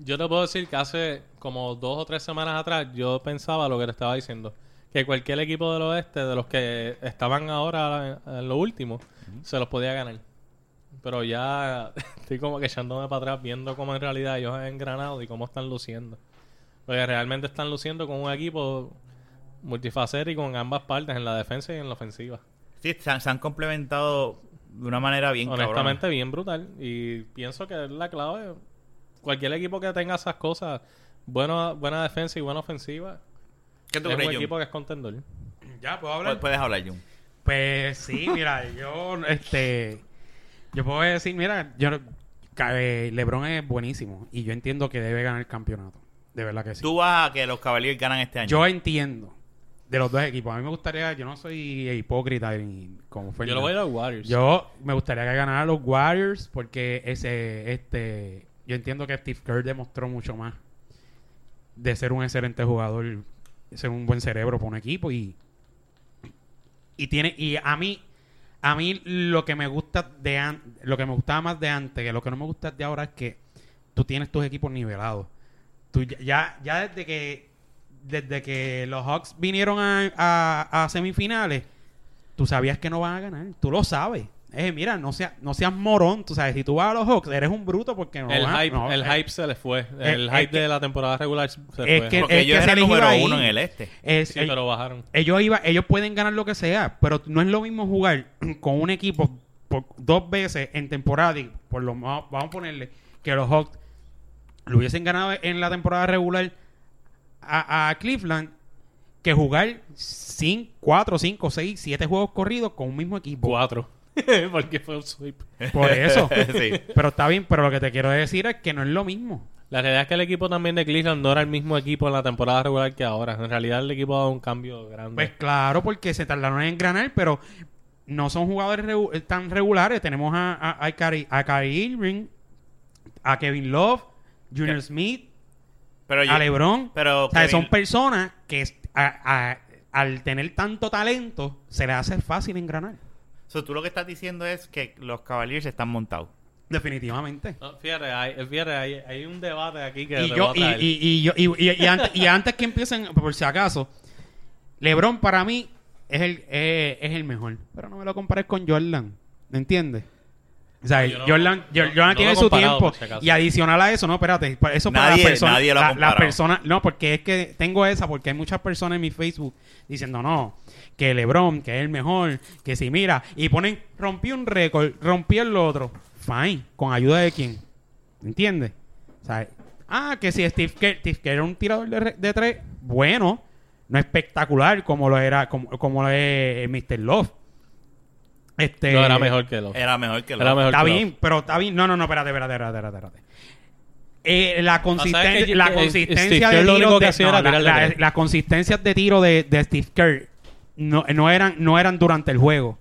Speaker 6: yo te puedo decir que hace como dos o tres semanas atrás yo pensaba lo que te estaba diciendo. Que cualquier equipo del oeste, de los que estaban ahora en, en lo último, se los podía ganar. Pero ya (laughs) estoy como que echándome para atrás viendo cómo en realidad ellos han engranado y cómo están luciendo. Porque realmente están luciendo con un equipo multifacético en ambas partes, en la defensa y en la ofensiva.
Speaker 4: Sí, se han, se han complementado de una manera bien
Speaker 6: Honestamente,
Speaker 4: cabrona.
Speaker 6: bien brutal. Y pienso que es la clave. Cualquier equipo que tenga esas cosas, buena, buena defensa y buena ofensiva,
Speaker 4: ¿Qué
Speaker 6: es
Speaker 4: tú
Speaker 6: un
Speaker 4: crees, Jun?
Speaker 6: equipo que es contendor.
Speaker 5: Ya, ¿puedo
Speaker 4: Pu-
Speaker 5: hablar?
Speaker 6: pues.
Speaker 4: Puedes hablar, Jun.
Speaker 5: Pues sí, (laughs) mira, yo, este, yo puedo decir, mira, yo, no- cabe- LeBron es buenísimo y yo entiendo que debe ganar el campeonato, de verdad que sí.
Speaker 4: Tú vas a que los Cavaliers ganan este año.
Speaker 5: Yo entiendo de los dos equipos. A mí me gustaría, yo no soy hipócrita ni como fue.
Speaker 6: Yo lo voy a los Warriors.
Speaker 5: Yo me gustaría que ganara los Warriors porque ese, este, yo entiendo que Steve Kerr demostró mucho más de ser un excelente jugador, ser un buen cerebro para un equipo y y tiene y a mí a mí lo que me gusta de an- lo que me gustaba más de antes que lo que no me gusta de ahora es que tú tienes tus equipos nivelados. Tú ya- ya ya desde que desde que los Hawks vinieron a, a- a semifinales tú sabías que no van a ganar. Tú lo sabes. Eh, mira, no, sea, no seas morón. Tú sabes, si tú vas a los Hawks, eres un bruto porque no
Speaker 6: el
Speaker 5: van-
Speaker 6: hype,
Speaker 5: no,
Speaker 6: el
Speaker 5: eh,
Speaker 6: hype se les fue.
Speaker 5: eh,
Speaker 6: El
Speaker 5: es
Speaker 6: hype
Speaker 5: que-
Speaker 6: de la temporada regular se fue.
Speaker 5: es que-
Speaker 4: Porque
Speaker 5: es
Speaker 4: ellos
Speaker 5: se
Speaker 4: eran
Speaker 5: les iba
Speaker 4: número
Speaker 5: ahí.
Speaker 4: uno en
Speaker 5: (laughs)
Speaker 4: el este.
Speaker 5: es-
Speaker 6: sí,
Speaker 5: el-
Speaker 6: pero bajaron.
Speaker 5: ellos, iba, ellos pueden ganar lo que sea, pero no es lo mismo jugar (clears throat) con un equipo por dos veces en temporada. Y por lo más, vamos a ponerle que los Hawks lo hubiesen ganado en la temporada regular a, a Cleveland que jugar 5, 4, 5, 6, 7 juegos corridos con un mismo equipo.
Speaker 6: Cuatro. (laughs) Porque fue un sweep.
Speaker 5: Por
Speaker 4: (laughs)
Speaker 5: eso.
Speaker 4: Sí.
Speaker 5: Pero está bien, pero lo que te quiero decir es que no es lo mismo.
Speaker 6: La realidad es que el equipo también de Cleveland no era el mismo equipo en la temporada regular que ahora. En realidad el equipo ha dado un cambio grande.
Speaker 5: Pues claro, porque se tardaron en engranar, pero no son jugadores regu- eh, tan regulares. Tenemos a, a, a, Kyrie- a Kyrie Irving, a Kevin Love, Junior Smith,
Speaker 4: Pero yo-
Speaker 5: a LeBron.
Speaker 4: pero
Speaker 5: O sea,
Speaker 4: Kevin-
Speaker 5: son personas que es- a- a- al tener tanto talento se les hace fácil engranar.
Speaker 4: So, tú lo que estás diciendo es que los Cavaliers están montados.
Speaker 5: Definitivamente.
Speaker 6: No, fíjate, hay, fíjate, hay, hay un debate aquí que
Speaker 5: y
Speaker 6: te
Speaker 5: yo y,
Speaker 6: voy a traer.
Speaker 5: y, y yo y, y- y antes, y antes que empiecen por si acaso LeBron para mí es el eh, es el mejor pero no me lo compares con Jordan ¿me entiendes? O sea,
Speaker 6: Ah, yo no-
Speaker 5: Jordan,
Speaker 6: no-
Speaker 5: Jordan
Speaker 6: no lo
Speaker 5: tiene
Speaker 6: he
Speaker 5: su
Speaker 6: comparado,
Speaker 5: tiempo.
Speaker 6: por si acaso.
Speaker 5: y adicional a eso, no, espérate. pa- Eso para
Speaker 4: Nadie-
Speaker 5: las personas.
Speaker 4: nadie lo ha
Speaker 5: la- las
Speaker 4: comparado.
Speaker 5: personas- no, porque es que tengo esa, porque hay muchas personas en mi Facebook diciendo, no, que LeBron, que es el mejor, que si mira. Y ponen, rompí un récord, rompí el otro. Fine. ¿Con ayuda de quién? ¿Entiendes? O sea, ah, que si Steve Kerr, Steve Kerr era un tirador de, re- de tres, bueno, no espectacular como lo era, como, como lo es Mr. Love. Este,
Speaker 6: No era mejor que los.
Speaker 4: Era mejor que los.
Speaker 6: Era mejor
Speaker 5: Está
Speaker 6: que
Speaker 5: bien, pero está bien. No, no, no, espérate, espérate, espérate, espérate. espérate. eh, la, consisten-
Speaker 6: Ah, ¿sabes que-
Speaker 5: la
Speaker 6: que- Steve
Speaker 5: consistencia
Speaker 6: Kerr
Speaker 5: de
Speaker 6: lo único
Speaker 5: tiro
Speaker 6: que
Speaker 5: de-
Speaker 6: hacía
Speaker 5: no,
Speaker 6: era
Speaker 5: la-
Speaker 6: tirar de
Speaker 5: la-
Speaker 6: tres.
Speaker 5: las consistencias de tiro de, de Steve Kerr no, no eran no eran durante el juego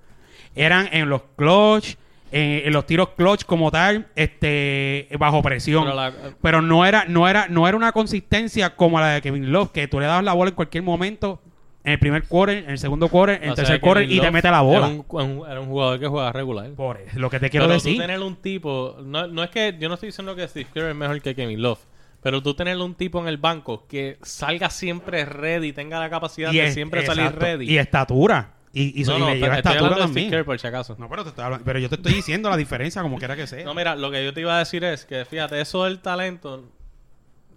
Speaker 5: eran en los clutch en, en los tiros clutch como tal este bajo presión
Speaker 6: Pero la-
Speaker 5: pero no era no era no era una consistencia como la de Kevin Love que tú le dabas la bola en cualquier momento en el primer quarter en el segundo quarter en
Speaker 6: o
Speaker 5: el
Speaker 6: sea,
Speaker 5: tercer
Speaker 6: que
Speaker 5: quarter y
Speaker 6: Kevin
Speaker 5: te
Speaker 6: Love
Speaker 5: mete la
Speaker 6: Era
Speaker 5: bola
Speaker 6: un, un- era un jugador que jugaba regular.
Speaker 5: Por eso, lo que te quiero
Speaker 6: pero
Speaker 5: decir
Speaker 6: tú tener un tipo, no, no es que yo no estoy diciendo que Steve Kerr es mejor que Kevin Love, pero tú tener un tipo en el banco que salga siempre ready, tenga la capacidad de
Speaker 5: es-
Speaker 6: siempre salir
Speaker 5: exacto.
Speaker 6: ready.
Speaker 5: y estatura y, y,
Speaker 6: no,
Speaker 5: y
Speaker 6: no,
Speaker 5: le lleva
Speaker 6: espera, estoy
Speaker 5: estatura
Speaker 6: hablando de Steve
Speaker 5: también
Speaker 6: Kerr por si acaso.
Speaker 5: No, pero, te estoy hablando- pero yo te estoy diciendo la diferencia como quiera que sea.
Speaker 6: No, mira, lo que yo te iba a decir es que fíjate, eso del talento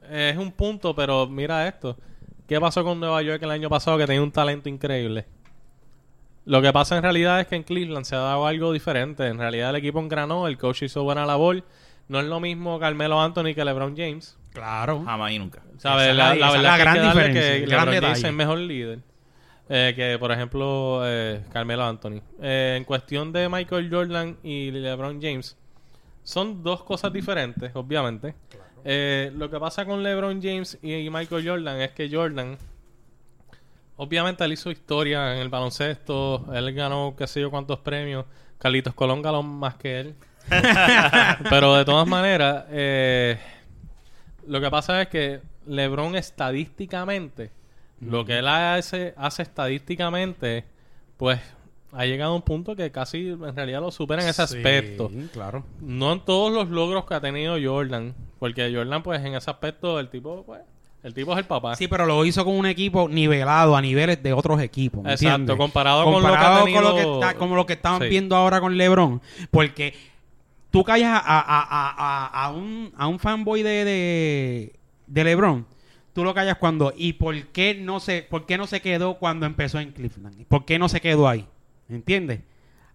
Speaker 6: es un punto, pero mira esto. ¿Qué pasó con Nueva York el año pasado que tenía un talento increíble? Lo que pasa en realidad es que en Cleveland se ha dado algo diferente. En realidad el equipo engranó, el coach hizo buena labor. No es lo mismo Carmelo Anthony que LeBron James.
Speaker 5: claro.
Speaker 4: Jamás y nunca.
Speaker 6: ¿Sabes?
Speaker 5: Esa
Speaker 6: La,
Speaker 5: es
Speaker 6: la
Speaker 5: la- esa es
Speaker 6: verdad
Speaker 5: la
Speaker 6: que hay
Speaker 5: gran
Speaker 6: que darle
Speaker 5: diferencia,
Speaker 6: que
Speaker 5: el gran
Speaker 6: LeBron James
Speaker 5: detalle.
Speaker 6: es mejor líder eh, que, por ejemplo, eh, Carmelo Anthony. Eh, en cuestión de Michael Jordan y LeBron James, son dos cosas diferentes, obviamente. Eh, lo que pasa con LeBron James y, y Michael Jordan es que Jordan, obviamente, él hizo historia en el baloncesto. Él ganó, qué sé yo, cuántos premios. Carlitos Colón ganó más que él. Pero de todas maneras, eh, lo que pasa es que LeBron estadísticamente, lo que él hace, hace estadísticamente, pues ha llegado a un punto que casi en realidad lo supera en ese
Speaker 5: Sí,
Speaker 6: aspecto.
Speaker 5: claro.
Speaker 6: No en todos los logros que ha tenido Jordan, porque Jordan pues en ese aspecto el tipo, pues, el tipo es el papá.
Speaker 5: Sí, pero lo hizo con un equipo nivelado a niveles de otros equipos. ¿me
Speaker 6: Exacto,
Speaker 5: entiendes?
Speaker 6: comparado con lo que ha
Speaker 5: con lo que
Speaker 6: tenido-
Speaker 5: está- como lo que estaban
Speaker 6: Sí.
Speaker 5: viendo ahora con LeBron. Porque tú callas a, a- a- a- a un, a un fanboy de, de, de LeBron. Tú lo callas cuando. ¿Y por qué, no se, por qué no se quedó cuando empezó en Cleveland? ¿Por qué no se quedó ahí? ¿Entiendes?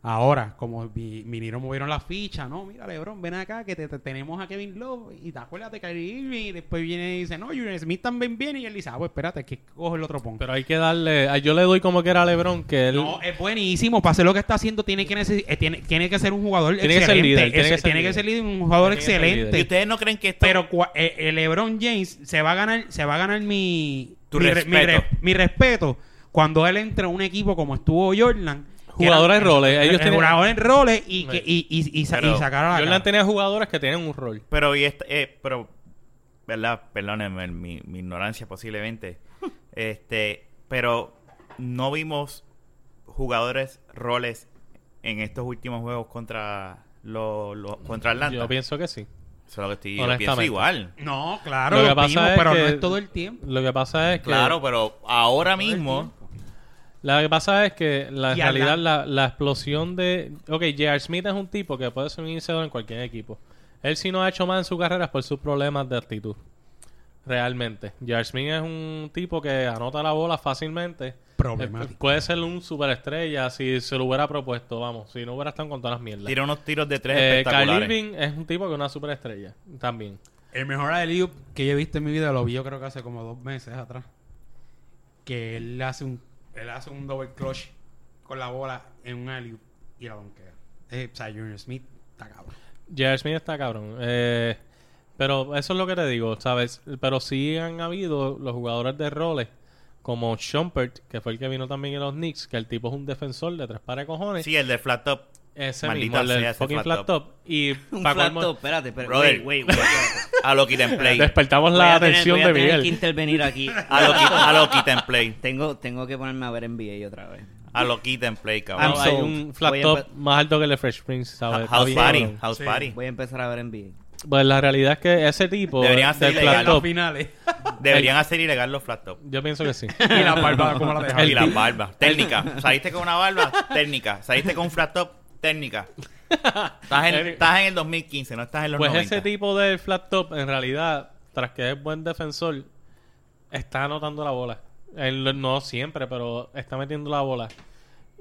Speaker 5: Ahora, como vi- vinieron, movieron las fichas, no, mira, Lebron, ven acá, que te, te- tenemos a Kevin Love, y te acuérdate que Irving, y después viene y dice, no, Junior Smith también viene, y él dice, ah, pues espérate, que cojo el otro pon.
Speaker 6: Pero hay que darle, ah, yo le doy como que era a LeBron que él
Speaker 5: no, es buenísimo, para hacer lo que está haciendo, tiene que, necesi- eh, tiene, tiene que ser un jugador
Speaker 6: Tiene que ser
Speaker 5: excelente.
Speaker 6: líder, tiene
Speaker 5: Ese-
Speaker 6: que ser líder.
Speaker 5: líder, un jugador
Speaker 6: Tiene que ser
Speaker 5: excelente.
Speaker 6: líder.
Speaker 4: ¿Y ustedes no creen que esto
Speaker 5: Pero cua- eh, eh, LeBron James se va a ganar, se va a ganar mi,
Speaker 4: Tu
Speaker 5: mi, mi
Speaker 4: respeto.
Speaker 5: mi respeto cuando él entra a un equipo como estuvo Jordan. que
Speaker 6: Jugadores
Speaker 5: era-
Speaker 6: en roles, ellos
Speaker 5: eh,
Speaker 6: tienen-
Speaker 5: Jugadores en roles y, que,
Speaker 6: Sí.
Speaker 5: y, y, y sa-
Speaker 4: Pero
Speaker 5: y sacar a la cara.
Speaker 6: Jordan tenía jugadores que tenían un rol.
Speaker 4: Pero, y esta- eh, pero, ¿verdad? Perdónenme mi, mi
Speaker 5: (laughs)
Speaker 4: ignorancia posiblemente. este, pero no vimos jugadores, roles en estos últimos juegos contra los contra Atlanta.
Speaker 6: Yo pienso que sí.
Speaker 4: Eso es lo que estoy, yo pienso
Speaker 6: Honestamente.
Speaker 4: igual.
Speaker 5: No, claro,
Speaker 6: Lo
Speaker 5: lo,
Speaker 6: que pasa
Speaker 5: vimos,
Speaker 6: es
Speaker 5: pero
Speaker 6: que-
Speaker 5: no es todo el tiempo.
Speaker 6: Lo que pasa es que
Speaker 4: Claro, pero ahora mismo
Speaker 6: La que pasa es que la en
Speaker 5: Y a la-
Speaker 6: realidad la, la explosión de... Ok, J.R. Smith es un tipo que puede ser un iniciador en cualquier equipo. Él sí no ha hecho más en su carrera es por sus problemas de actitud. Realmente. J.R. Smith es un tipo que anota la bola fácilmente.
Speaker 5: Problemático.
Speaker 6: Eh, Puede ser un superestrella si se lo hubiera propuesto, vamos. Si no hubiera estado con todas las mierdas.
Speaker 4: tira unos tiros de tres
Speaker 6: Eh, Kyrie
Speaker 4: espectaculares.
Speaker 6: Irving es un tipo que es una superestrella también.
Speaker 5: El mejor alley que yo he visto en mi vida lo vi yo creo que hace como dos meses atrás. Que él hace un, él hace un double clutch con la bola en un alley y la banquea. Eh, o sea, Junior Smith está cabrón.
Speaker 6: J.R. Smith está cabrón. Eh, pero eso es lo que te digo, ¿sabes? Pero sí han habido los jugadores de roles como Shumpert, que fue el que vino también en los Knicks, que el tipo es un defensor de tres pares de cojones.
Speaker 4: Sí, el de flat top.
Speaker 6: Ese mismo,
Speaker 4: Maldita
Speaker 6: el del
Speaker 4: sea ese
Speaker 6: fucking
Speaker 4: flat
Speaker 6: flat top.
Speaker 4: (laughs)
Speaker 6: Y
Speaker 7: Un
Speaker 6: pa'
Speaker 7: flat
Speaker 6: colmo,
Speaker 7: top, espérate, espérate.
Speaker 4: Brother.
Speaker 7: Wait, wait, wait.
Speaker 4: (laughs) A lo quit and play.
Speaker 6: Despertamos
Speaker 7: Voy
Speaker 6: la
Speaker 7: a tener-
Speaker 6: atención
Speaker 7: voy a
Speaker 6: de
Speaker 7: tener que
Speaker 6: Miguel.
Speaker 7: intervenir
Speaker 4: (laughs)
Speaker 7: aquí.
Speaker 4: A lo, quit- a lo quit and play.
Speaker 7: Tengo, tengo que ponerme a ver NBA otra vez.
Speaker 4: A lo quit and play, cabrón.
Speaker 6: No,
Speaker 7: I'm
Speaker 6: hay
Speaker 7: sold.
Speaker 6: un flat
Speaker 7: Voy a
Speaker 6: top
Speaker 7: empe-
Speaker 6: más alto que el de Fresh Prince, ¿sabes? Está
Speaker 4: House
Speaker 6: bien,
Speaker 4: Party.
Speaker 6: cabrón.
Speaker 4: House Party.
Speaker 7: Voy a empezar a ver NBA.
Speaker 6: Pues la realidad es que ese tipo
Speaker 4: Deberían
Speaker 6: del
Speaker 4: hacer
Speaker 6: flat
Speaker 4: ilegal.
Speaker 6: top,
Speaker 5: finales.
Speaker 4: Deberían hacer ilegal los flat top.
Speaker 6: yo pienso que sí.
Speaker 5: y la barba como la dejaron.
Speaker 6: El
Speaker 4: y las
Speaker 6: ti-
Speaker 4: barbas. Técnica. Saliste con una barba, técnica. Saliste con un flat top, técnica. Estás en, estás en el 2015, no estás en los
Speaker 6: Pues
Speaker 4: 90.
Speaker 6: ese tipo de flat top, en realidad, tras que es buen defensor, está anotando la bola. Él no siempre, pero está metiendo la bola.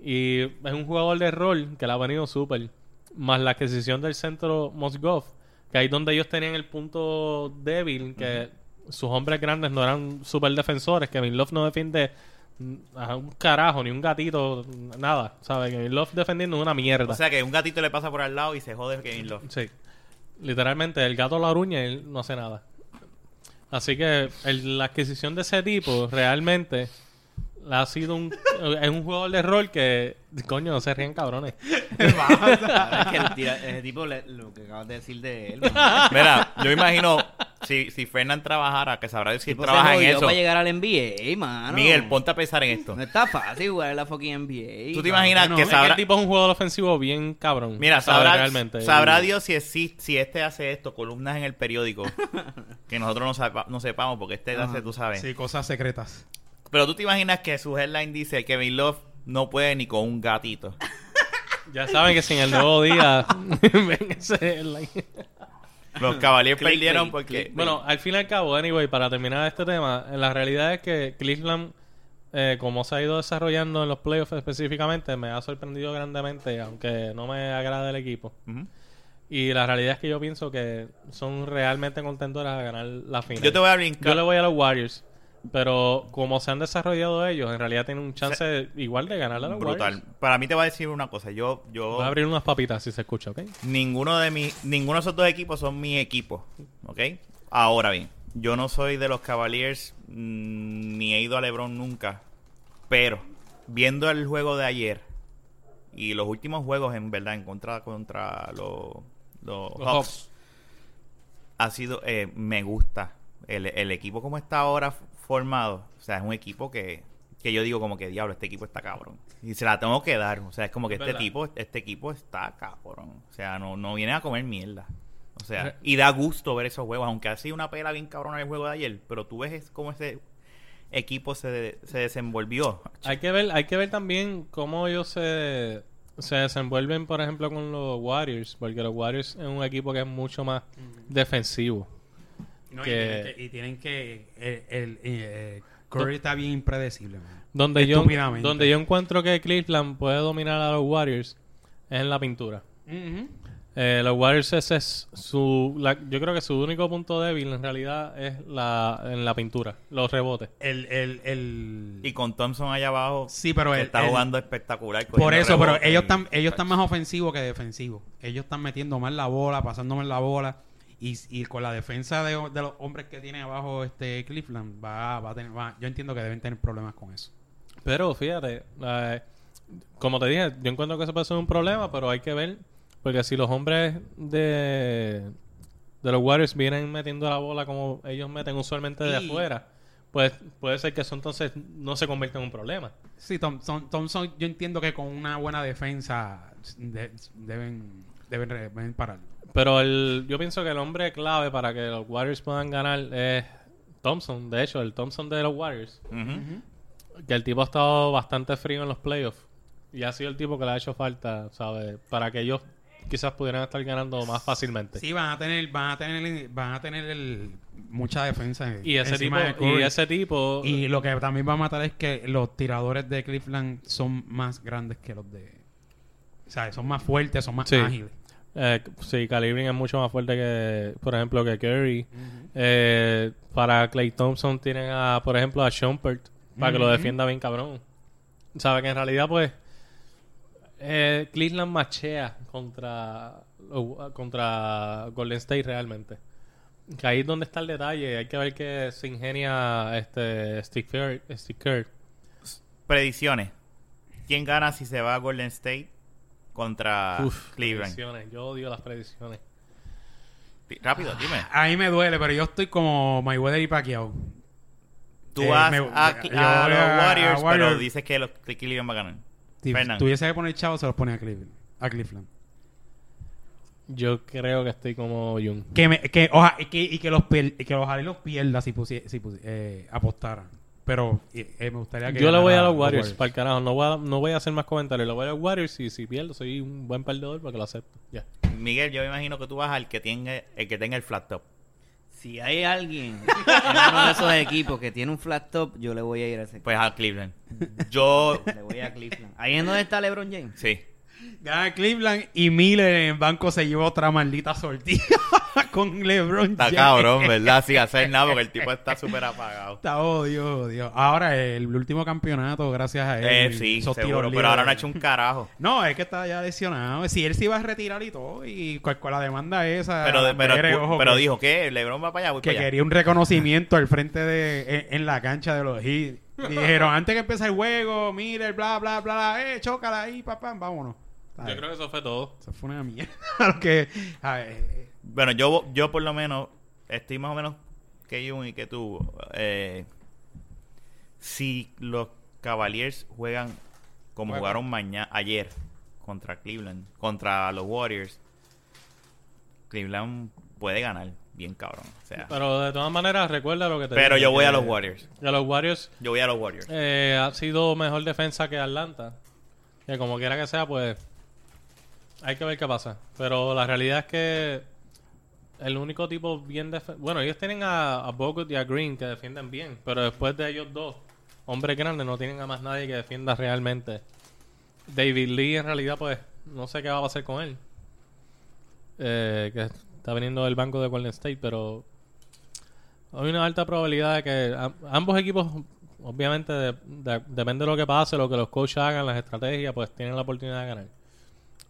Speaker 6: Y es un jugador de rol que le ha venido súper. Más la adquisición del centro Mosgov, que ahí donde ellos tenían el punto débil, que sus hombres grandes no eran súper defensores, que Love no defiende mm, a un carajo, ni un gatito, nada. ¿Sabes? Kevin Love defendiendo es una mierda. (laughs)
Speaker 4: O sea que un gatito le pasa por al lado y se jode Kevin Love.
Speaker 6: Sí. literalmente el gato la uruña y él no hace nada. Así que el- la adquisición de ese tipo realmente ha sido un, es un jugador de rol que, coño, no se ríen cabrones.
Speaker 7: Es que el tira- ese tipo, le- lo que acabas de decir de él, mano.
Speaker 4: Mira, yo imagino si, si Fernan trabajara, que sabrá si
Speaker 7: El tipo pues se
Speaker 4: trabaja en
Speaker 7: jodió
Speaker 4: eso.
Speaker 7: para llegar al NBA, mano.
Speaker 4: Miguel, ponte a pensar en esto.
Speaker 7: No está fácil jugar en la fucking NBA.
Speaker 4: ¿Tú te
Speaker 7: mano.
Speaker 4: imaginas
Speaker 6: No,
Speaker 4: que
Speaker 6: es
Speaker 4: sabrá?
Speaker 6: el Este tipo es un jugador ofensivo bien cabrón.
Speaker 4: Mira,
Speaker 6: ¿sabes?
Speaker 4: sabrá,
Speaker 6: realmente.
Speaker 4: sabrá Dios si, existe, si este hace esto, columnas en el periódico, que nosotros no, sepa- no sepamos, porque este
Speaker 7: Ajá.
Speaker 4: hace, tú sabes.
Speaker 5: Sí, cosas secretas.
Speaker 4: Pero tú te imaginas que su headline dice Kevin Love no puede ni con un gatito.
Speaker 6: Ya saben que sin el nuevo día. (laughs) ven ese headline.
Speaker 4: Los Cavaliers
Speaker 7: Clickbait,
Speaker 4: perdieron porque...
Speaker 7: clickbait.
Speaker 6: Bueno, al fin y al cabo, anyway, para terminar este tema, eh, la realidad es que Cleveland, eh, como se ha ido desarrollando en los playoffs específicamente, me ha sorprendido grandemente, aunque no me agrada el equipo.
Speaker 4: Ujú.
Speaker 6: Y la realidad es que yo pienso que son realmente contentos a ganar la final.
Speaker 4: Yo te voy a
Speaker 6: Yo
Speaker 4: brincar.
Speaker 6: le voy a los Warriors, pero como se han desarrollado ellos, en realidad tienen un chance igual de ganar a los
Speaker 4: Brutal.
Speaker 6: Warriors.
Speaker 4: Para mí te voy a decir una cosa. Yo, yo
Speaker 6: Voy a abrir unas papitas si se escucha, ¿ok?
Speaker 4: ninguno de mi, ninguno de esos dos equipos son mi equipo, ¿ok? Ahora bien, yo no soy de los Cavaliers mm, ni he ido a LeBron nunca, pero viendo el juego de ayer y los últimos juegos en verdad en contra contra los los
Speaker 6: Los
Speaker 4: Hawks,
Speaker 6: Hawks.
Speaker 4: ha sido eh, me gusta el, el equipo como está ahora f- formado, o sea, es un equipo que que yo digo como que diablo, este equipo está cabrón. Y se la tengo que dar, o sea, es como que este
Speaker 6: ¿Verdad?
Speaker 4: tipo equipo- este equipo está cabrón. O sea, no, no viene a comer mierda. O sea, y da gusto ver esos juegos, aunque ha sido una pela bien cabrona el juego de ayer, pero tú ves es- cómo ese equipo se, de- se desenvolvió.
Speaker 6: Hay que ver, hay que ver también cómo ellos se, se desenvuelven, por ejemplo, con los Warriors, porque los Warriors es un equipo que es mucho más defensivo.
Speaker 5: No, y,
Speaker 6: Que-
Speaker 5: tienen que, y tienen que- el, el- eh, Curry está bien impredecible. man.
Speaker 6: Donde yo,
Speaker 5: Estúpidamente.
Speaker 6: donde yo encuentro que Cleveland puede dominar a los Warriors es en la pintura. Eh, los Warriors ese es su, la- yo creo que su único punto débil en realidad es la, en la pintura, los rebotes.
Speaker 5: El, el, el-
Speaker 4: Y con Thompson allá abajo,
Speaker 5: Sí, pero
Speaker 4: que
Speaker 5: el-
Speaker 4: está
Speaker 5: el-
Speaker 4: jugando espectacular.
Speaker 5: Por
Speaker 4: cogiendo
Speaker 5: eso, pero
Speaker 4: rebotes
Speaker 5: ellos
Speaker 4: y-
Speaker 5: están, ellos están más ofensivos que defensivos. Ellos están metiendo más la bola, pasando más la bola. Y, y con la defensa de, de los hombres que tiene abajo este Cleveland, va, va a tener, va- yo entiendo que deben tener problemas con eso.
Speaker 6: Pero fíjate, eh, como te dije, yo encuentro que eso puede ser un problema, pero hay que ver, porque si los hombres de, de los Warriors vienen metiendo la bola como ellos meten usualmente de
Speaker 5: Y-
Speaker 6: afuera, pues puede ser que eso entonces no se convierta en un problema.
Speaker 5: Sí, Thompson, Thompson yo entiendo que con una buena defensa de- deben, deben, re- deben parar.
Speaker 6: Pero el, yo pienso que el hombre clave para que los Warriors puedan ganar es Thompson, de hecho, el Thompson de los Warriors,
Speaker 4: Ujú.
Speaker 6: que el tipo ha estado bastante frío en los playoffs y ha sido el tipo que le ha hecho falta, ¿sabes? Para que ellos quizás pudieran estar ganando más fácilmente.
Speaker 5: Sí, van a tener, van a tener, van a tener el- mucha defensa.
Speaker 6: Y ese
Speaker 5: encima de
Speaker 6: tipo,
Speaker 5: Curry.
Speaker 6: y ese tipo,
Speaker 5: Y lo que también va a matar es que los tiradores de Cleveland son más grandes que los de. O sea, son más fuertes, son más
Speaker 6: Sí.
Speaker 5: ágiles.
Speaker 6: eh, sí, Calibrin es mucho más fuerte que, por ejemplo, que Curry. Eh, para Clay Thompson tienen a, por ejemplo, a Shumpert para que lo defienda bien cabrón. Sabe que en realidad, pues, eh, Cleveland machea contra, los- contra Golden State realmente. Que ahí es donde está el detalle. Hay que ver que se ingenia este Steve Kerr- Steve Kerr.
Speaker 4: Predicciones. ¿Quién gana si se va a Golden State contra
Speaker 6: Uf,
Speaker 4: Cleveland?
Speaker 6: predicciones. Yo odio las predicciones.
Speaker 4: Di- Rápido, dime.
Speaker 5: A mí me duele, pero yo estoy como Mayweather y Pacquiao.
Speaker 4: Tú
Speaker 5: eh,
Speaker 4: vas
Speaker 5: me-
Speaker 4: a,
Speaker 5: yo
Speaker 4: a
Speaker 5: voy
Speaker 4: los
Speaker 5: a- a
Speaker 4: Warriors, pero
Speaker 5: Warriors.
Speaker 4: dices que los que Cleveland va a ganar.
Speaker 5: Si
Speaker 4: Fernan.
Speaker 5: tuviese que poner chavos, se los pone a Cleveland. A Cleveland.
Speaker 6: Yo creo que estoy como Jung.
Speaker 5: Que, me- que, oja- y que, y que los, pier- y que los Alelos pierda si, pusie- si pusi- eh, apostaran. Pero eh, eh, me gustaría que.
Speaker 6: Yo le voy a
Speaker 5: ganara
Speaker 6: los Warriors, para el carajo. No voy, a, no voy a hacer más comentarios. Le voy a los Warriors y si pierdo soy un buen perdedor porque lo acepto. Ya.
Speaker 4: Miguel, yo me imagino que tú vas al que tenga el, que tenga el flat top.
Speaker 7: Si hay alguien (laughs) en uno de esos equipos que tiene un flat top, yo le voy a ir a ese equipo.
Speaker 4: Pues a Pues Cleveland. Yo,
Speaker 7: Le voy a Cleveland. Ahí es donde está LeBron James.
Speaker 4: sí.
Speaker 5: Gana Cleveland y Miller en el banco se llevó otra maldita sortija (laughs) con LeBron
Speaker 4: Está
Speaker 5: James.
Speaker 4: cabrón, ¿verdad? Sin hacer nada porque el tipo está súper apagado.
Speaker 5: Está oh, odio, odio. Ahora el último campeonato, gracias a
Speaker 4: Eh,
Speaker 5: él.
Speaker 4: sí,
Speaker 5: esos tiros
Speaker 4: seguro. Pero
Speaker 5: libres.
Speaker 4: ahora no ha hecho un carajo.
Speaker 5: No, es que está ya lesionado. Si él se iba a retirar y todo, y cual, cual la demanda esa.
Speaker 4: Pero, de- pero,
Speaker 5: Ah, Pérez,
Speaker 4: escu-
Speaker 5: ojo,
Speaker 4: pero
Speaker 5: que-
Speaker 4: dijo que LeBron va para allá, voy
Speaker 5: que
Speaker 4: para allá.
Speaker 5: quería un reconocimiento al frente de en, en la cancha de los Heat. Dijeron, antes que empiece el juego, mire, bla, bla, bla, bla, eh, chócala ahí, papá, vámonos. Está
Speaker 6: Yo
Speaker 5: bien.
Speaker 6: creo que eso fue todo.
Speaker 5: Eso fue una mierda. (laughs) lo que, a ver,
Speaker 4: Bueno, yo, yo por lo menos estoy más o menos que Jun y que tú. Eh, si los Cavaliers juegan como
Speaker 5: Juegan.
Speaker 4: jugaron mañana, ayer contra Cleveland, contra los Warriors, Cleveland puede ganar bien cabrón. O sea, pero,
Speaker 6: Pero de todas maneras, recuerda lo que te dije,
Speaker 4: yo voy
Speaker 6: que-
Speaker 4: a los Warriors.
Speaker 6: Y a los Warriors
Speaker 4: Yo voy a los Warriors.
Speaker 6: eh, ha sido mejor defensa que Atlanta. Que como quiera que sea, pues hay que ver qué pasa. Pero la realidad es que el único tipo bien defen- Bueno, ellos tienen a, a Bogut y a Green que defienden bien. Pero después de ellos dos, hombres grandes, no tienen a más nadie que defienda realmente. David Lee en realidad, pues no sé qué va a pasar con él. Eh, que está viniendo del banco de Golden State, pero hay una alta probabilidad de que a- ambos equipos, obviamente, de- de- depende de lo que pase, lo que los coaches hagan, las estrategias, pues tienen la oportunidad de ganar.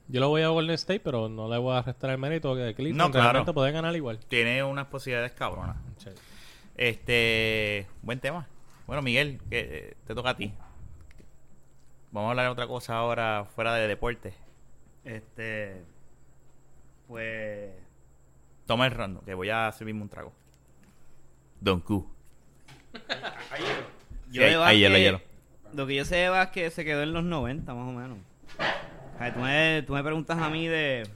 Speaker 6: Yo lo voy a Golden State, pero no le voy a restar el mérito que Cleveland
Speaker 4: No, claro.
Speaker 6: realmente puede ganar igual.
Speaker 4: Tiene unas posibilidades cabronas. Este, buen tema. Bueno, Miguel, que eh, te toca a ti. Vamos a hablar de otra cosa ahora fuera de deporte.
Speaker 7: Este. Pues.
Speaker 4: Toma el random, que voy a servirme un trago.
Speaker 7: (laughs)
Speaker 4: Don Q.
Speaker 7: Yo
Speaker 4: Sí,
Speaker 7: de
Speaker 4: ahí, ahí, hielo,
Speaker 7: básquet-
Speaker 4: hielo.
Speaker 7: Lo que yo sé de básquet se quedó en los 90, más o menos. O sea, tú, me, tú me preguntas a mí de.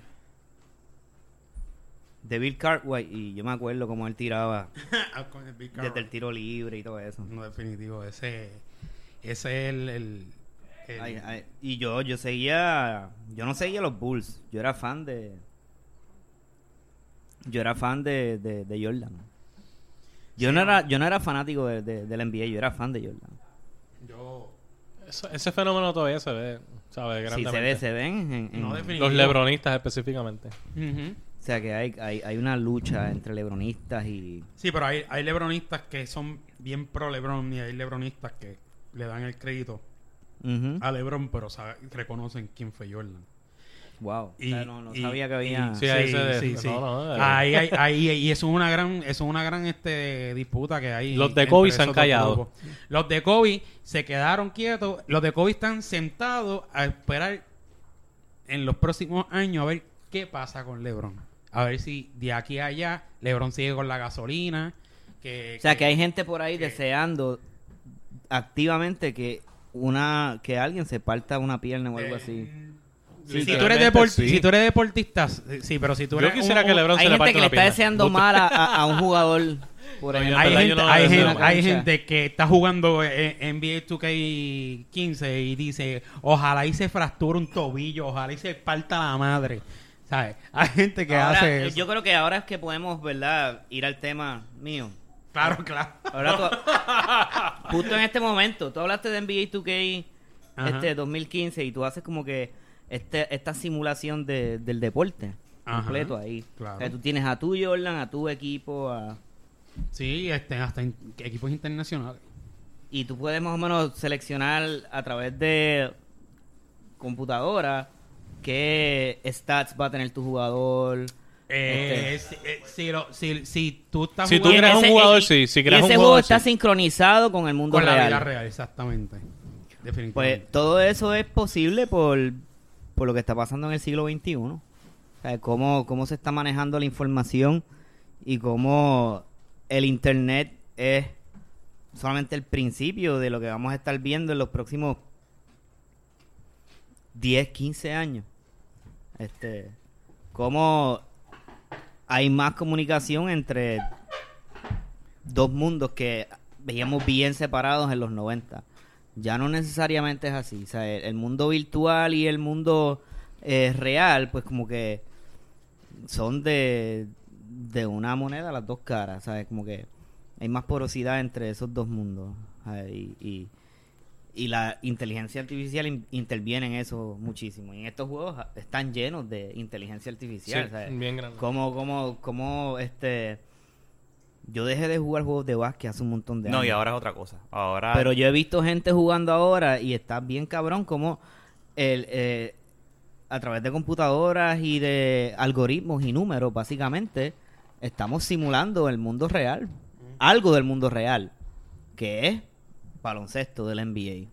Speaker 7: De Bill Cartwright, y yo me acuerdo cómo él tiraba
Speaker 5: ah, con el Big
Speaker 7: desde el
Speaker 5: Carroll.
Speaker 7: tiro libre y todo eso.
Speaker 5: No, definitivo, ese, ese es el... el- el-
Speaker 7: Ay, ay, y yo, yo seguía. Yo no seguía los Bulls. Yo era fan de. Yo era fan de, de, de Jordan. Yo no era, yo no era fanático de, de, del NBA, yo era fan de Jordan.
Speaker 5: yo,
Speaker 6: Eso- ese fenómeno todavía se ve, ¿sabes?
Speaker 7: Sí,
Speaker 6: Grandemente.
Speaker 7: se ve, se ven en- en-
Speaker 5: no definitivo.
Speaker 6: Los lebronistas específicamente.
Speaker 5: Ujú.
Speaker 7: O sea que hay, hay, hay una lucha entre lebronistas y...
Speaker 5: Sí, pero hay, hay lebronistas que son bien pro Lebron y hay lebronistas que le dan el crédito
Speaker 7: Ujú.
Speaker 5: a Lebron, pero sabe- reconocen quién fue Jordan.
Speaker 7: Wow.
Speaker 5: Y-
Speaker 7: O sea, no, no
Speaker 5: y-
Speaker 7: sabía que
Speaker 5: y-
Speaker 7: había...
Speaker 6: Sí, ahí se de-
Speaker 5: sí,
Speaker 6: no,
Speaker 5: sí.
Speaker 6: no, eh.
Speaker 5: Ahí, hay- ahí, y eso es una gran, eso es una gran este, disputa que hay.
Speaker 6: Los de
Speaker 5: entre
Speaker 6: Kobe se
Speaker 5: esos
Speaker 6: han
Speaker 5: dos
Speaker 6: callado.
Speaker 5: grupos. Los de Kobe se quedaron quietos. Los de Kobe están sentados a esperar en los próximos años a ver qué pasa con LeBron. A ver si de aquí a allá LeBron sigue con la gasolina. Que,
Speaker 7: O sea que hay gente por ahí
Speaker 5: que-
Speaker 7: deseando activamente que una que alguien se parta una pierna o algo
Speaker 5: Eh,
Speaker 7: así.
Speaker 5: Si, tú eres
Speaker 6: Literalmente,
Speaker 5: depor-
Speaker 6: sí.
Speaker 5: si tú eres deportista, sí, pero si tú
Speaker 6: Yo
Speaker 5: eres
Speaker 6: quisiera
Speaker 5: un-
Speaker 6: que
Speaker 5: un-
Speaker 6: LeBron
Speaker 7: Hay
Speaker 6: se le
Speaker 7: gente
Speaker 6: parte
Speaker 7: que le
Speaker 6: una
Speaker 7: está
Speaker 6: pierna.
Speaker 7: deseando mal a, a- a un jugador, por
Speaker 6: No, yo-
Speaker 7: ejemplo.
Speaker 5: Hay,
Speaker 6: verdad,
Speaker 5: gente,
Speaker 6: no lo
Speaker 5: hay,
Speaker 6: deseo.
Speaker 5: gente, hay gente que está jugando eh, eh, NBA 2K15 y dice, ojalá y se fractura un tobillo, ojalá y se parta la madre. ¿Sabes? (laughs) Hay gente que
Speaker 7: Ahora,
Speaker 5: hace
Speaker 7: eh,
Speaker 5: eso.
Speaker 7: Yo creo que ahora es que podemos, ¿verdad? Ir al tema mío.
Speaker 5: Claro, claro.
Speaker 7: Ahora
Speaker 5: (laughs)
Speaker 7: tú- justo en este momento, tú hablaste de NBA 2K
Speaker 5: Ajá.
Speaker 7: este 2015 y tú haces como que este, esta simulación de- del deporte
Speaker 5: Ajá,
Speaker 7: completo ahí.
Speaker 5: claro.
Speaker 7: O sea, tú tienes a tu Jordan, a tu equipo, a-
Speaker 5: Sí, este, hasta en equipos internacionales.
Speaker 7: y tú puedes más o menos seleccionar a través de computadora qué stats va a tener tu jugador.
Speaker 5: Eh,
Speaker 7: Este.
Speaker 5: si, eh, si, lo- si- si tú estás
Speaker 6: Si tú
Speaker 5: jugando
Speaker 6: creas un
Speaker 7: Ese-
Speaker 6: jugador,
Speaker 7: y-
Speaker 6: sí. Si
Speaker 7: y
Speaker 6: creas un
Speaker 7: ese juego
Speaker 6: jugador,
Speaker 7: está
Speaker 6: sí.
Speaker 7: sincronizado con el mundo
Speaker 5: con la
Speaker 7: real.
Speaker 5: vida real, exactamente. Definitivamente.
Speaker 7: Pues todo eso es posible por, por lo que está pasando en el siglo XXI. O sea, cómo, cómo se está manejando la información y cómo el Internet es solamente el principio de lo que vamos a estar viendo en los próximos 10, 15 años. Este, cómo hay más comunicación entre dos mundos que veíamos bien separados en los 90. Ya no necesariamente es así. O sea, el, el mundo virtual y el mundo eh, real, pues como que son de, de una moneda las dos caras. ¿Sabes? Como que hay más porosidad entre esos dos mundos. ¿sabes? Y, y, y la inteligencia artificial in- interviene en eso muchísimo. Y en estos juegos ah, están llenos de inteligencia artificial.
Speaker 6: Sí,
Speaker 7: ¿sabes?
Speaker 6: bien grande.
Speaker 7: Como, como, como, este... Yo dejé de jugar juegos de básquet hace un montón de años.
Speaker 4: No, y ahora es otra cosa. Ahora.
Speaker 7: Pero yo he visto gente jugando ahora y está bien cabrón como el, eh, a través de computadoras y de algoritmos y números, básicamente, estamos simulando el mundo real. Algo del mundo real, que es baloncesto del NBA.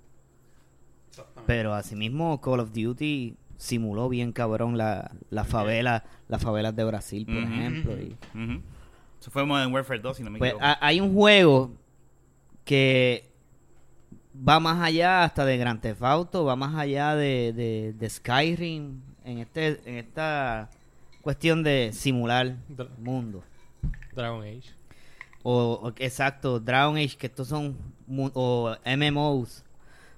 Speaker 7: Pero asimismo Call of Duty simuló bien cabrón la, la favela, las favelas de Brasil, por
Speaker 4: Ujú.
Speaker 7: ejemplo. y-
Speaker 4: Ujú. Eso fue Modern Warfare 2, si no me
Speaker 7: pues
Speaker 4: equivoco.
Speaker 7: ha- hay un juego que va más allá hasta de Grand Theft Auto, va más allá de, de- de Skyrim, en, este, en esta cuestión de simular
Speaker 6: Dra-
Speaker 7: mundo.
Speaker 6: Dragon Age.
Speaker 7: O, o- exacto, Dragon Age, que estos son mu- o MMOs,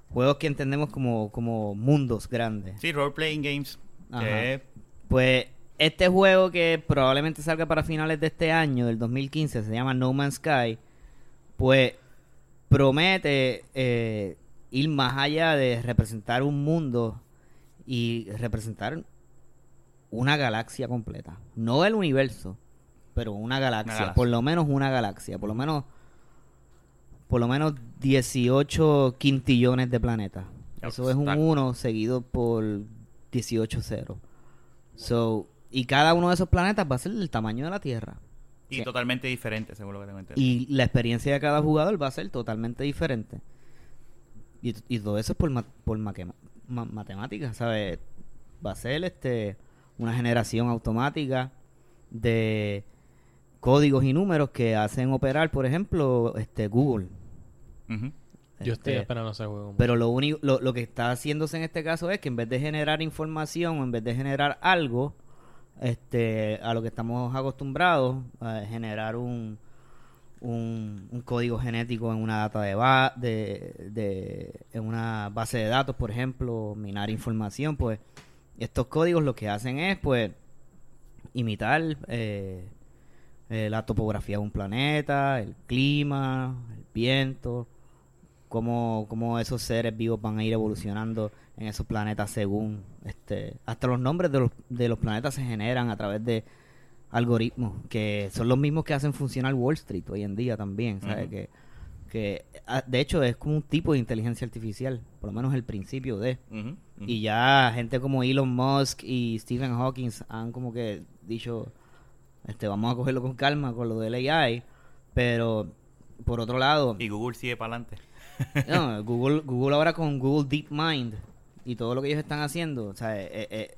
Speaker 7: juegos que entendemos como, como mundos grandes.
Speaker 4: Sí, Role Playing Games.
Speaker 7: Ajá.
Speaker 4: que es-
Speaker 7: Pues este juego que probablemente salga para finales de este año, del 2015, se llama No Man's Sky, pues promete eh, ir más allá de representar un mundo y representar una galaxia completa. No el universo, pero una galaxia,
Speaker 4: galaxia.
Speaker 7: por lo menos una galaxia, por lo menos por lo menos 18 quintillones de planetas.
Speaker 4: Ya,
Speaker 7: Eso
Speaker 4: pues,
Speaker 7: es un
Speaker 4: está-
Speaker 7: 1 seguido por 18 ceros. So, y cada uno de esos planetas va a ser del tamaño de la Tierra.
Speaker 4: y
Speaker 7: Sí.
Speaker 4: totalmente diferente, según lo que tengo entendido.
Speaker 7: Y la experiencia de cada jugador va a ser totalmente diferente. Y, y todo eso es por, ma- por maquema- ma- matemáticas, ¿sabes? Va a ser este una generación automática de códigos y números que hacen operar, por ejemplo, este Google.
Speaker 4: Ujú.
Speaker 6: Yo estoy
Speaker 7: Este,
Speaker 6: esperando ese juego.
Speaker 7: pero lo único, lo, lo que está haciéndose en este caso es que en vez de generar información, en vez de generar algo, este, a lo que estamos acostumbrados, a generar un, un, un código genético en una data de, ba- de, de- en una base de datos, por ejemplo, minar información, pues estos códigos lo que hacen es, pues, imitar eh, eh, la topografía de un planeta, el clima, el viento, cómo, cómo esos seres vivos van a ir evolucionando en esos planetas según este hasta los nombres de los, de los planetas se generan a través de algoritmos que son los mismos que hacen funcionar Wall Street hoy en día también ¿sabes?
Speaker 4: Ujú.
Speaker 7: que, que ah, de hecho es como un tipo de inteligencia artificial por lo menos el principio de
Speaker 4: Ujú. Ujú.
Speaker 7: y ya gente como Elon Musk y Stephen Hawking han como que dicho, este, vamos a cogerlo con calma con lo del AI, pero por otro lado,
Speaker 4: Y Google sigue para adelante.
Speaker 7: (laughs) no, Google, Google ahora con Google DeepMind y todo lo que ellos están haciendo, o sea, eh, eh, eh,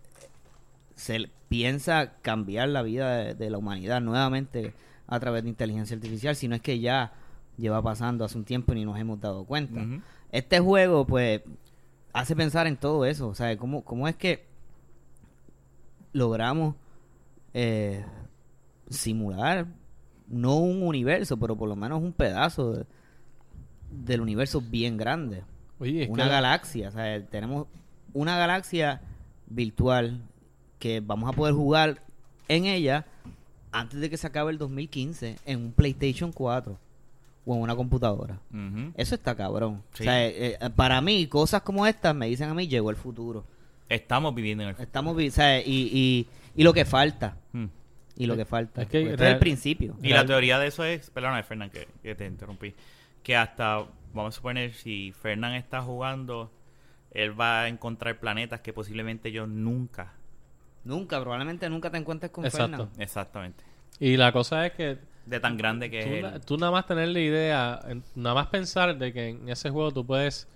Speaker 7: se l- piensa cambiar la vida de, de la humanidad nuevamente a través de inteligencia artificial, si no es que ya lleva pasando hace un tiempo y ni nos hemos dado cuenta.
Speaker 4: Ujú.
Speaker 7: Este juego, pues, hace pensar en todo eso. O sea, cómo, cómo es que logramos eh, simular no un universo, pero por lo menos un pedazo de- del universo bien grande.
Speaker 6: Oye, es
Speaker 7: una
Speaker 6: que-
Speaker 7: galaxia. O sea, tenemos una galaxia virtual que vamos a poder jugar en ella antes de que se acabe el 2015 en un PlayStation 4 o en una computadora.
Speaker 4: Ujú.
Speaker 7: Eso está cabrón.
Speaker 4: Sí.
Speaker 7: O sea, eh, eh, para mí, cosas como estas me dicen a mí, llegó el futuro.
Speaker 4: Estamos viviendo en el futuro.
Speaker 7: Estamos, vi- o sea, y, y, y lo que falta.
Speaker 4: Mm.
Speaker 7: Y lo que falta.
Speaker 6: Es que
Speaker 7: Porque esto es
Speaker 6: real-
Speaker 7: el principio.
Speaker 4: Y la teoría de eso es, perdóname Fernán, que, que te interrumpí, que hasta, vamos a suponer, si Fernán está jugando, él va a encontrar planetas que posiblemente yo nunca.
Speaker 7: Nunca, probablemente nunca te encuentres con
Speaker 6: Exacto.
Speaker 7: Fernan.
Speaker 4: Exactamente.
Speaker 6: Y la cosa es que
Speaker 4: De tan grande que
Speaker 6: tú,
Speaker 4: es.
Speaker 6: na-
Speaker 4: él.
Speaker 6: tú nada más tener la idea, en- nada más pensar de que en ese juego tú puedes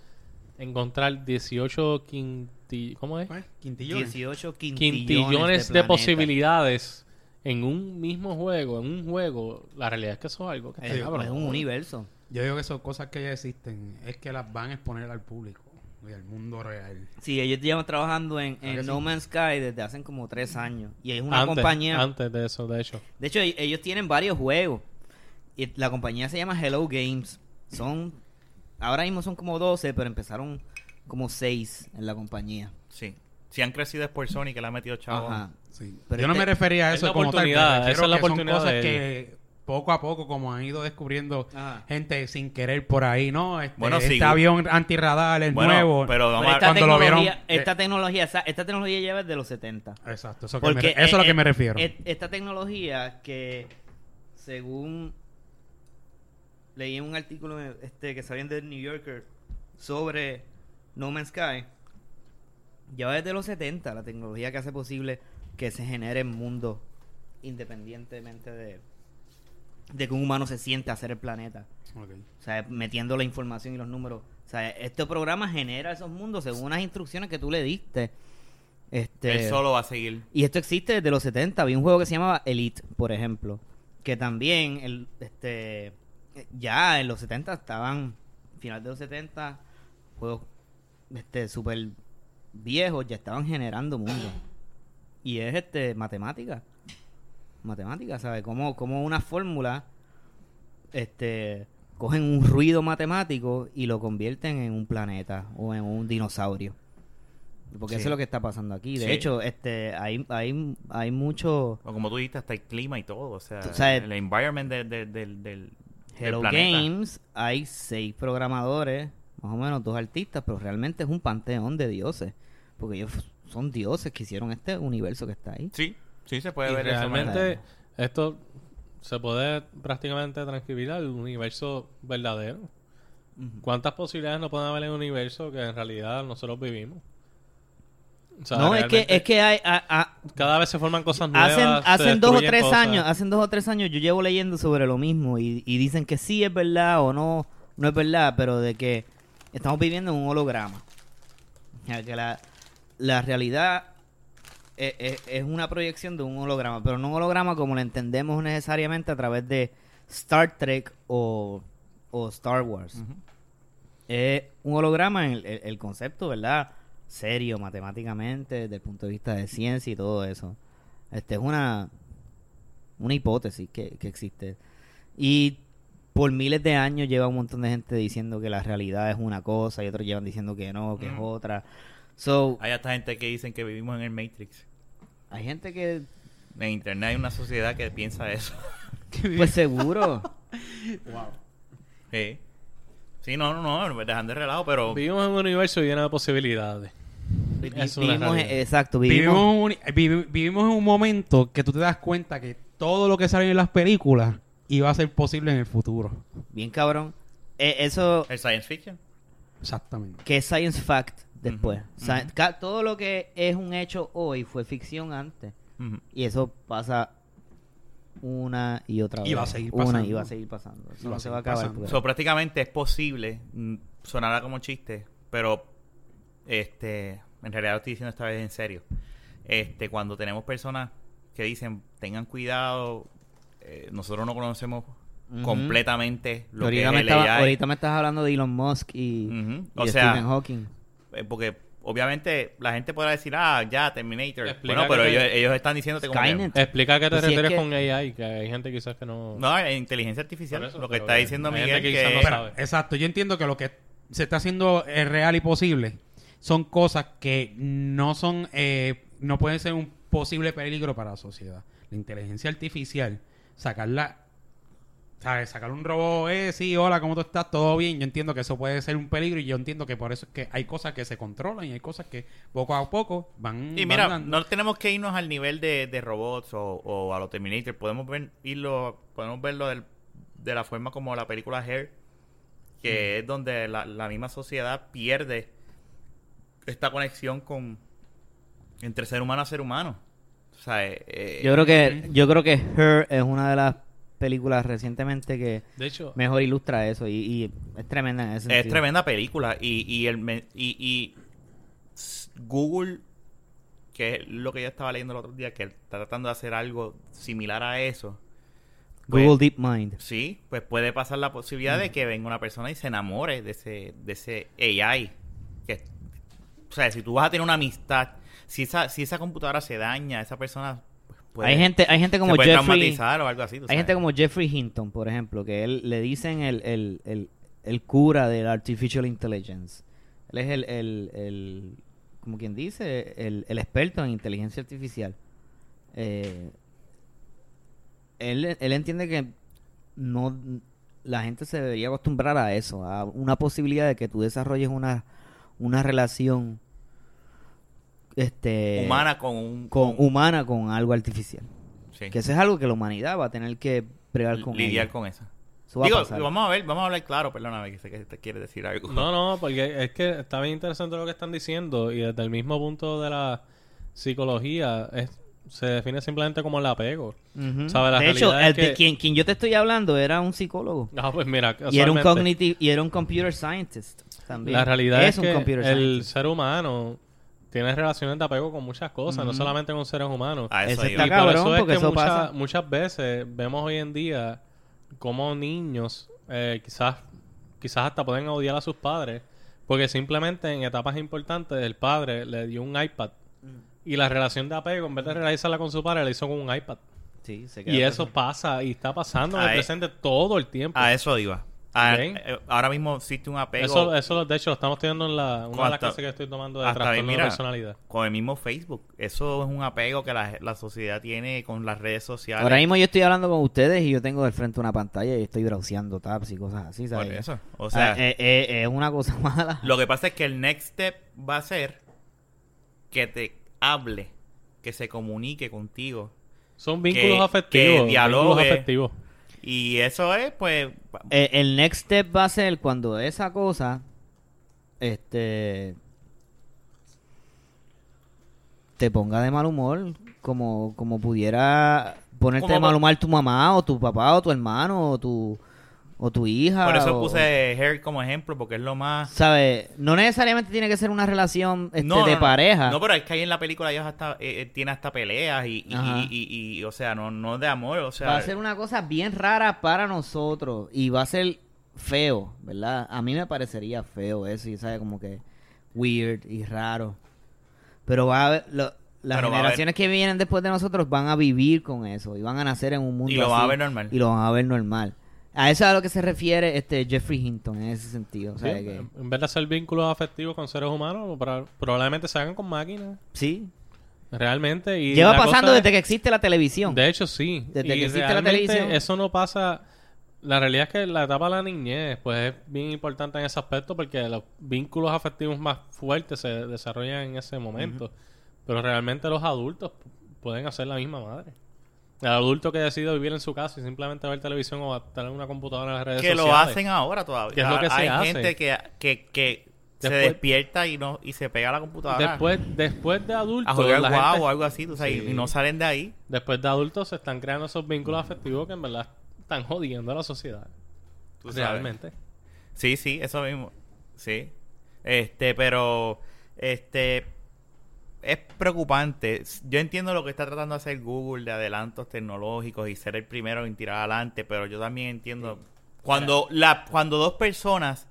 Speaker 6: encontrar 18 quinti, ¿cómo es?
Speaker 5: Pues,
Speaker 2: ¿Eh? Quintillones.
Speaker 7: 18 quintillones,
Speaker 6: quintillones de,
Speaker 7: planetas.
Speaker 6: posibilidades en un mismo juego, en un juego. La realidad es que eso es algo que está
Speaker 7: Es,
Speaker 6: cabrón.
Speaker 7: es un universo.
Speaker 5: Yo digo que son cosas que ya existen. Es que las van a exponer al público y al mundo real.
Speaker 7: Sí, ellos llevan trabajando en, en
Speaker 5: que sí.
Speaker 7: No Man's Sky desde hace como tres años. Y es una
Speaker 6: antes,
Speaker 7: compañía.
Speaker 6: antes de eso, de hecho.
Speaker 7: De hecho, e- ellos tienen varios juegos. Y la compañía se llama Hello Games. Son. Ahora mismo son como 12, pero empezaron como 6 en la compañía.
Speaker 4: Sí. Si han crecido es por Sony, que le ha metido chavo.
Speaker 7: Ajá.
Speaker 5: Sí.
Speaker 7: Pero
Speaker 5: yo no
Speaker 7: este-
Speaker 5: me refería a
Speaker 6: es
Speaker 5: eso
Speaker 6: la
Speaker 5: como tal.
Speaker 6: oportunidad,
Speaker 5: me refiero
Speaker 6: esa es la
Speaker 5: que son
Speaker 6: oportunidad
Speaker 5: cosas
Speaker 6: de
Speaker 5: que poco a poco, como han ido descubriendo
Speaker 7: Ajá.
Speaker 5: gente sin querer por ahí, ¿no? Este,
Speaker 4: Bueno,
Speaker 5: este
Speaker 4: sí.
Speaker 5: avión antirradar, el
Speaker 4: Bueno,
Speaker 5: nuevo.
Speaker 4: pero vamos
Speaker 7: Pero
Speaker 4: a-
Speaker 7: esta
Speaker 5: cuando lo vieron,
Speaker 7: tecnología-
Speaker 5: eh,
Speaker 7: Esta tecnología, esa- esta tecnología lleva desde los 70.
Speaker 5: Exacto, eso, que me
Speaker 7: Porque
Speaker 5: re- eso es a lo
Speaker 7: eh,
Speaker 5: que me
Speaker 7: eh,
Speaker 5: refiero.
Speaker 7: et- Esta tecnología que, según leí en un artículo este, que sabían del New Yorker sobre No Man's Sky, lleva desde los 70 la tecnología que hace posible que se generen mundos independientemente de, de que un humano se siente a hacer el planeta.
Speaker 5: Ok.
Speaker 7: O sea, metiendo la información y los números. O sea, este programa genera esos mundos según unas instrucciones que tú le diste. Este,
Speaker 4: Él solo va a seguir.
Speaker 7: y esto existe desde los 70. Había un juego que se llamaba Elite, por ejemplo. Que también, el, este, ya en los 70 estaban, final de los 70, juegos este súper viejos ya estaban generando mundos. Y es este matemática. Matemática, ¿sabes? Como, como una fórmula, este, cogen un ruido matemático y lo convierten en un planeta o en un dinosaurio. Porque eso es lo que está pasando aquí. De
Speaker 4: Sí.
Speaker 7: hecho, este, hay, hay, hay mucho
Speaker 4: O como tú dijiste, hasta el clima y todo. O sea,
Speaker 7: Tú sabes-
Speaker 4: el environment de- de- del, del, del
Speaker 7: Hello
Speaker 4: planeta.
Speaker 7: Games, hay seis programadores, más o menos dos artistas, pero realmente es un panteón de dioses. Porque ellos son dioses que hicieron este universo que está ahí.
Speaker 4: Sí, sí se puede
Speaker 6: Y
Speaker 4: ver eso.
Speaker 7: realmente-
Speaker 6: realmente esto se puede prácticamente transcribir al universo verdadero. ¿Cuántas posibilidades no pueden haber en el universo que en realidad nosotros vivimos? O sea,
Speaker 7: no, es que,
Speaker 6: realmente
Speaker 7: es que hay, a- a-
Speaker 6: cada vez se forman cosas nuevas.
Speaker 7: hacen,
Speaker 6: se
Speaker 7: hacen dos o
Speaker 6: destruyen
Speaker 7: tres
Speaker 6: cosas.
Speaker 7: años, hacen dos o tres años yo llevo leyendo sobre lo mismo y, y dicen que sí es verdad o no, no es verdad, pero de que estamos viviendo en un holograma. O sea, que la, la realidad es, es- es una proyección de un holograma, pero no un holograma como lo entendemos necesariamente a través de Star Trek o, o Star Wars.
Speaker 4: Pues,
Speaker 7: Es un holograma, el, el- el concepto, ¿verdad? Serio, matemáticamente, desde el punto de vista de ciencia y todo eso. Este es una, una hipótesis que, que existe. Y por miles de años lleva un montón de gente diciendo que la realidad es una cosa y otros llevan diciendo que no,
Speaker 6: Mm.
Speaker 7: que es otra. So,
Speaker 4: Hay hasta gente que dicen que vivimos en el Matrix.
Speaker 7: hay gente
Speaker 6: (laughs)
Speaker 7: que,
Speaker 4: En internet hay una sociedad que piensa eso. (laughs)
Speaker 6: (laughs)
Speaker 7: pues seguro.
Speaker 4: Sí. Sí, no, no, no, dejando el relajo, pero...
Speaker 6: Vivimos en un universo lleno de posibilidades.
Speaker 7: Vi- vi-
Speaker 6: Es una
Speaker 7: vivimos,
Speaker 6: realidad.
Speaker 7: exacto,
Speaker 5: Vivimos,
Speaker 7: vivimos.
Speaker 5: en un, vivi- vivimos en un momento que tú te das cuenta que todo lo que sale en las películas iba a ser posible en el futuro.
Speaker 7: Bien cabrón. Eh, eso,
Speaker 4: El science fiction.
Speaker 5: Exactamente.
Speaker 7: que es science fact después.
Speaker 4: Ujú,
Speaker 7: O sea, ca- Todo lo que es un hecho hoy fue ficción antes.
Speaker 4: Ujú.
Speaker 7: Y eso pasa una y otra vez.
Speaker 5: Y va a seguir
Speaker 7: Una y
Speaker 5: pasando.
Speaker 7: va a seguir pasando. Eso
Speaker 5: Y va
Speaker 7: no
Speaker 5: a
Speaker 7: se va a
Speaker 5: seguir
Speaker 7: acabar.
Speaker 5: pasando.
Speaker 7: porque-
Speaker 4: So, prácticamente es posible, mm, sonará como chiste, pero este, en realidad lo estoy diciendo esta vez en serio. Este, cuando tenemos personas que dicen, tengan cuidado, eh, nosotros no conocemos
Speaker 7: Ujú.
Speaker 4: completamente lo que es
Speaker 7: ahorita, me
Speaker 4: el
Speaker 7: estaba-
Speaker 4: AI.
Speaker 7: ahorita me estás hablando de Elon Musk y,
Speaker 4: Ujú.
Speaker 7: y
Speaker 4: Mm. O
Speaker 7: de
Speaker 4: sea,
Speaker 7: Stephen Hawking.
Speaker 4: Eh, Porque obviamente la gente podrá decir, ah, ya, Terminator.
Speaker 6: Explica
Speaker 4: bueno, pero
Speaker 6: que
Speaker 4: ellos,
Speaker 6: te-
Speaker 4: ellos están diciéndote como que-
Speaker 7: Skynet.
Speaker 6: Explica qué te
Speaker 7: Pues si es
Speaker 6: refieres
Speaker 7: que-
Speaker 6: con AI, que hay gente quizás que no...
Speaker 4: No, eh, inteligencia artificial.
Speaker 6: Por eso,
Speaker 4: lo que
Speaker 6: pero
Speaker 4: está
Speaker 6: que-
Speaker 4: diciendo
Speaker 6: hay
Speaker 4: Miguel
Speaker 6: gente que
Speaker 4: que...
Speaker 6: quizás no
Speaker 4: es-
Speaker 6: sabe.
Speaker 5: Exacto, yo entiendo que lo que se está haciendo es real y posible. Son cosas que no son, eh, no pueden ser un posible peligro para la sociedad. La inteligencia artificial, sacarla, ¿sabes? Sacar un robot, eh, sí, hola, ¿cómo tú estás? ¿Todo bien? Yo entiendo que eso puede ser un peligro y yo entiendo que por eso es que hay cosas que se controlan y hay cosas que poco a poco van.
Speaker 4: Y
Speaker 5: van
Speaker 4: mira,
Speaker 5: dando.
Speaker 4: no tenemos que irnos al nivel de, de robots o, o a los Terminator. Podemos ver, irlo, podemos verlo del- de la forma como la película Hair,
Speaker 6: Mm.
Speaker 4: que es donde la, la misma sociedad pierde esta conexión con entre ser humano a ser humano. O sea, eh, eh,
Speaker 7: Yo creo que yo creo que Her es una de las películas recientemente que
Speaker 6: De hecho,
Speaker 7: mejor ilustra eso y, y es tremenda en ese sentido.
Speaker 4: Es tremenda película. Y, y, el, men- y, y s- Google, que es lo que yo estaba leyendo el otro día, que está tratando de hacer algo similar a eso. pues-
Speaker 7: Google Mm. DeepMind.
Speaker 4: Sí, pues puede pasar la posibilidad de que venga una persona y se enamore de ese, de ese AI. Que, o sea, si tú vas a tener una amistad, si esa, si esa computadora se daña, esa persona pues, puede,
Speaker 7: hay gente hay gente
Speaker 4: se
Speaker 7: como
Speaker 4: puede
Speaker 7: Jeffrey
Speaker 4: traumatizar o algo así. tú
Speaker 7: Hay
Speaker 4: sabes.
Speaker 7: gente como Jeffrey Hinton, por ejemplo, que él le dicen el, el, el, el cura del Artificial Intelligence. Él es el, el, el como quien dice, el, el experto en inteligencia artificial. Eh, él, él entiende que no la gente se debería acostumbrar a eso, a una posibilidad de que tú desarrolles una, una relación este
Speaker 4: humana con un...
Speaker 7: con humana con algo artificial.
Speaker 4: sí,
Speaker 7: Que eso es algo que la humanidad va a tener que bregar con
Speaker 4: lidiar
Speaker 7: ello.
Speaker 4: con esa.
Speaker 7: Eso va a
Speaker 4: Digo,
Speaker 7: pasar.
Speaker 4: vamos a ver, vamos a hablar claro, perdóname, que sé que te quieres decir algo.
Speaker 7: (laughs)
Speaker 6: No, no, porque es que está bien interesante lo que están diciendo y desde el mismo punto de la psicología es- se define simplemente como el apego. (laughs)
Speaker 7: Ujú.
Speaker 6: sabe, la
Speaker 7: de hecho,
Speaker 6: realidad es
Speaker 7: el de
Speaker 6: que-
Speaker 7: quien, quien yo te estoy hablando era un psicólogo.
Speaker 6: Ah, pues mira,
Speaker 7: Y era un
Speaker 6: casualmente,
Speaker 7: cognitive, y era un computer scientist también.
Speaker 6: La realidad es,
Speaker 7: un
Speaker 6: que
Speaker 7: computer
Speaker 6: el
Speaker 7: scientist.
Speaker 6: ser humano tiene relaciones de apego con muchas cosas, no solamente con seres humanos.
Speaker 4: A eso
Speaker 7: Ese
Speaker 4: iba.
Speaker 7: está
Speaker 6: y
Speaker 7: cabrón,
Speaker 6: por eso es
Speaker 7: porque
Speaker 6: que
Speaker 7: eso
Speaker 6: mucha-
Speaker 7: pasa.
Speaker 6: muchas veces vemos hoy en día como niños eh, quizás quizás hasta pueden odiar a sus padres porque simplemente en etapas importantes el padre le dio un iPad
Speaker 4: Mm.
Speaker 6: y la relación de apego en vez de realizarla con su padre la hizo con un iPad
Speaker 7: Sí, se queda
Speaker 6: y eso pasa y está pasando en
Speaker 4: A
Speaker 6: el
Speaker 4: e-
Speaker 6: presente todo el tiempo
Speaker 4: A eso iba. A-
Speaker 6: Ok.
Speaker 4: eh, ahora mismo existe un apego
Speaker 6: eso, eso, de hecho lo estamos teniendo en la, una de
Speaker 4: Hasta-
Speaker 6: las clases que estoy tomando de
Speaker 4: hasta
Speaker 6: trastorno
Speaker 4: bien, mira.
Speaker 6: de personalidad
Speaker 4: con el mismo Facebook. Eso es un apego que la, la sociedad tiene con las redes sociales.
Speaker 7: Ahora mismo yo estoy hablando con ustedes y yo tengo del frente una pantalla y estoy browseando tabs y cosas así,
Speaker 4: Por
Speaker 7: ¿sabes?
Speaker 4: eso. O
Speaker 7: O
Speaker 4: sea,
Speaker 7: sea, eh, eh, eh, es una cosa (laughs) mala.
Speaker 4: lo que pasa es que el next step va a ser que te hable, que se comunique contigo.
Speaker 6: son vínculos afectivos
Speaker 4: que dialogue.
Speaker 6: vínculos afectivos
Speaker 4: Y eso es, pues, pa-
Speaker 7: Eh, el next step va a ser cuando esa cosa, este, te ponga de mal humor, como, como pudiera ponerte
Speaker 4: Como
Speaker 7: de mal
Speaker 4: pa-
Speaker 7: humor tu mamá o tu papá o tu hermano o tu, o tu hija.
Speaker 4: por
Speaker 7: o-
Speaker 4: eso puse Hair como ejemplo, porque es lo más...
Speaker 7: ¿Sabes? No necesariamente tiene que ser una relación este,
Speaker 4: No, no,
Speaker 7: de
Speaker 4: no.
Speaker 7: pareja.
Speaker 4: No, pero es que ahí en la película ellos hasta, eh, eh, tiene hasta peleas y, y,
Speaker 7: Ajá.
Speaker 4: y- y- y, o sea, no, no de amor, o sea...
Speaker 7: va a ser una cosa bien rara para nosotros y va a ser feo, ¿verdad? A mí me parecería feo eso y sabe como que weird y raro. Pero va a haber lo- las
Speaker 4: Pero va a haber-
Speaker 7: generaciones que vienen después de nosotros van a vivir con eso y van a nacer en un mundo
Speaker 4: Y lo van
Speaker 7: así,
Speaker 4: a ver normal.
Speaker 7: y lo van a ver normal. A eso es a lo que se refiere este Jeffrey Hinton en ese sentido,
Speaker 6: Sí,
Speaker 7: ¿sabes? que-
Speaker 4: eh,
Speaker 6: en en vez de hacer vínculos afectivos con seres humanos, proba- probablemente se hagan con máquinas.
Speaker 7: sí.
Speaker 6: Realmente. Y
Speaker 7: Lleva
Speaker 6: la cosa
Speaker 7: pasando
Speaker 6: es-
Speaker 7: desde que existe la televisión.
Speaker 6: De hecho, sí.
Speaker 7: desde
Speaker 6: y
Speaker 7: que existe la
Speaker 6: realmente
Speaker 7: televisión.
Speaker 6: Eso no pasa. La realidad es que la etapa de la niñez pues es bien importante en ese aspecto porque los vínculos afectivos más fuertes se desarrollan en ese momento. Pero realmente los adultos p- pueden hacer la misma madre. El adulto que decide vivir en su casa y simplemente ver televisión o estar en una computadora en las redes
Speaker 4: que
Speaker 6: sociales.
Speaker 4: lo hacen ahora todavía. Ah,
Speaker 6: Que es lo que se
Speaker 4: Hay
Speaker 6: hace.
Speaker 4: gente que, que, que se
Speaker 6: Después-
Speaker 4: despierta y no y se pega a la computadora
Speaker 6: Después, después de adultos.
Speaker 4: a jugar
Speaker 6: la
Speaker 4: guau
Speaker 6: gente-
Speaker 4: o algo así, tú sabes, y-
Speaker 6: Sí.
Speaker 4: y no salen de ahí.
Speaker 6: Después de adultos se están creando esos vínculos afectivos que en verdad están jodiendo a la sociedad.
Speaker 4: Tú sabes.
Speaker 6: Realmente.
Speaker 4: Sí, sí, eso mismo. Sí. Este, pero este es preocupante. Yo entiendo lo que está tratando de hacer Google de adelantos tecnológicos y ser el primero en tirar adelante, pero yo también entiendo cuando la cuando dos personas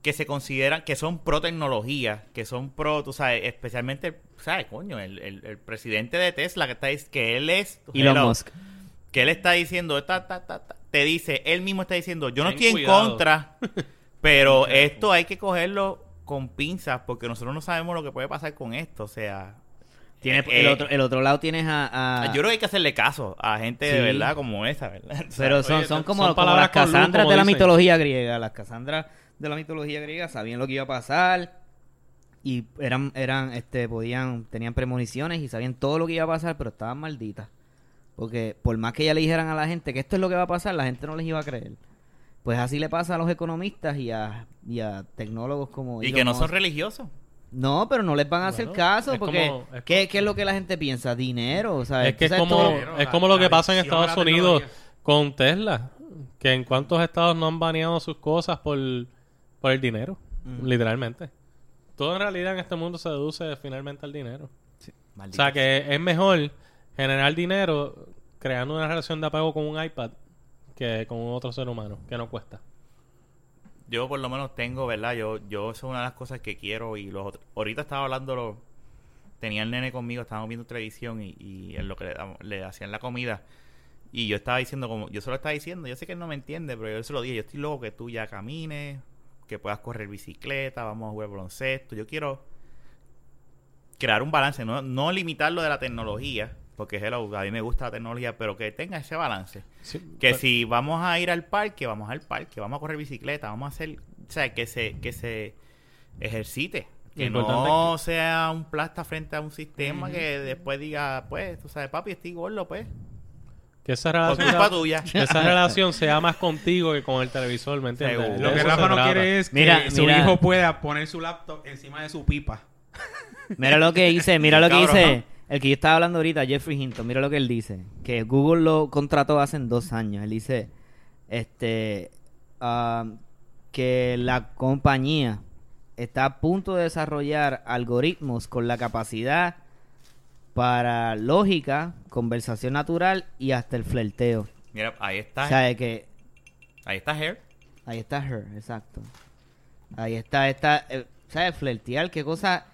Speaker 4: que se consideran que son pro tecnología, que son pro, tú sabes, especialmente, ¿sabes, coño? El, el- el presidente de Tesla que está dic- que él es
Speaker 7: Elon
Speaker 4: Hello
Speaker 7: Musk.
Speaker 4: que él está diciendo, ta, ta, ta, ta, te dice, él mismo está diciendo, yo no
Speaker 6: Ten
Speaker 4: estoy
Speaker 6: cuidado. (laughs)
Speaker 4: en contra, pero esto hay que cogerlo con pinzas porque nosotros no sabemos lo que puede pasar con esto, o sea...
Speaker 7: Tiene,
Speaker 4: eh, ah,
Speaker 7: el, otro, el otro lado tienes a... a-
Speaker 4: Yo creo que hay que hacerle caso a gente
Speaker 7: Sí.
Speaker 4: de verdad como esa, ¿verdad? O sea,
Speaker 7: Pero son,
Speaker 6: Oye,
Speaker 7: son
Speaker 6: son
Speaker 7: como, como
Speaker 6: palabras
Speaker 7: las
Speaker 6: con luz,
Speaker 7: Casandras
Speaker 6: como
Speaker 7: de la
Speaker 6: dicen.
Speaker 7: mitología griega. Las Casandras de la mitología griega sabían lo que iba a pasar y eran, eran, este, podían, tenían premoniciones y sabían todo lo que iba a pasar, pero estaban malditas. Porque por más que ya le dijeran a la gente que esto es lo que va a pasar, la gente no les iba a creer. Pues así le pasa a los economistas y a, y a tecnólogos como
Speaker 4: y
Speaker 7: Elon
Speaker 4: que no
Speaker 7: Musk.
Speaker 4: son religiosos.
Speaker 7: No, pero no les van a hacer
Speaker 6: Bueno,
Speaker 7: caso
Speaker 6: es
Speaker 7: porque
Speaker 6: como- es
Speaker 7: ¿qué,
Speaker 6: como-
Speaker 7: ¿qué es lo que la gente piensa? Dinero, o sea,
Speaker 6: es que es
Speaker 7: entonces
Speaker 6: como,
Speaker 7: todo-
Speaker 6: es como lo que pasa en Estados Unidos con Tesla. Que en cuántos estados no han baneado sus cosas por, por el dinero. Literalmente. Todo en realidad en este mundo se deduce finalmente al dinero. O sea que es mejor generar dinero creando una relación de apego con un iPad que con otro ser humano, que no cuesta.
Speaker 4: yo por lo menos tengo, ¿verdad? Yo, yo eso es una de las cosas que quiero y los otros- ahorita estaba hablando lo- tenía el nene conmigo, estábamos viendo televisión y, y en lo que le, damos- le hacían la comida y yo estaba diciendo como yo solo estaba diciendo, yo sé que él no me entiende, pero yo se lo dije, yo estoy loco que tú ya camines, que puedas correr bicicleta, vamos a jugar baloncesto, yo quiero crear un balance, no, no limitarlo de la tecnología, Porque hello, a mí me gusta la tecnología, pero que tenga ese balance.
Speaker 6: Sí,
Speaker 4: Que
Speaker 6: pero-
Speaker 4: si vamos a ir al parque, vamos al parque, vamos a correr bicicleta, vamos a hacer, o sea, que se, que se ejercite. Que
Speaker 6: Importante
Speaker 4: no sea un plasta frente a un sistema que después diga, pues, tú sabes, papi, estoy gordo, pues.
Speaker 6: que esa
Speaker 4: Por
Speaker 6: relación,
Speaker 4: culpa tuya.
Speaker 6: que esa relación sea más contigo que con el televisor, ¿me entiendes?
Speaker 4: Seguro.
Speaker 6: De
Speaker 5: Lo que
Speaker 6: eso
Speaker 5: Rafa
Speaker 6: se
Speaker 5: no
Speaker 6: trata.
Speaker 5: quiere es que
Speaker 7: Mira,
Speaker 5: su
Speaker 7: mira.
Speaker 5: hijo pueda poner su laptop encima de su pipa.
Speaker 7: Mira lo que dice, mira lo que
Speaker 4: Cabrón,
Speaker 7: dice. El que yo estaba hablando ahorita, Jeffrey Hinton, mira lo que él dice. Que Google lo contrató hace dos años. Él dice, este, ah, que la compañía está a punto de desarrollar algoritmos con la capacidad para lógica, conversación natural y hasta el flerteo.
Speaker 4: Mira, ahí
Speaker 7: O
Speaker 4: está,
Speaker 7: sea, de que
Speaker 4: ahí está Hair.
Speaker 7: Ahí está Her, exacto. Ahí está, está, eh, ¿sabes? Flertear, qué cosa.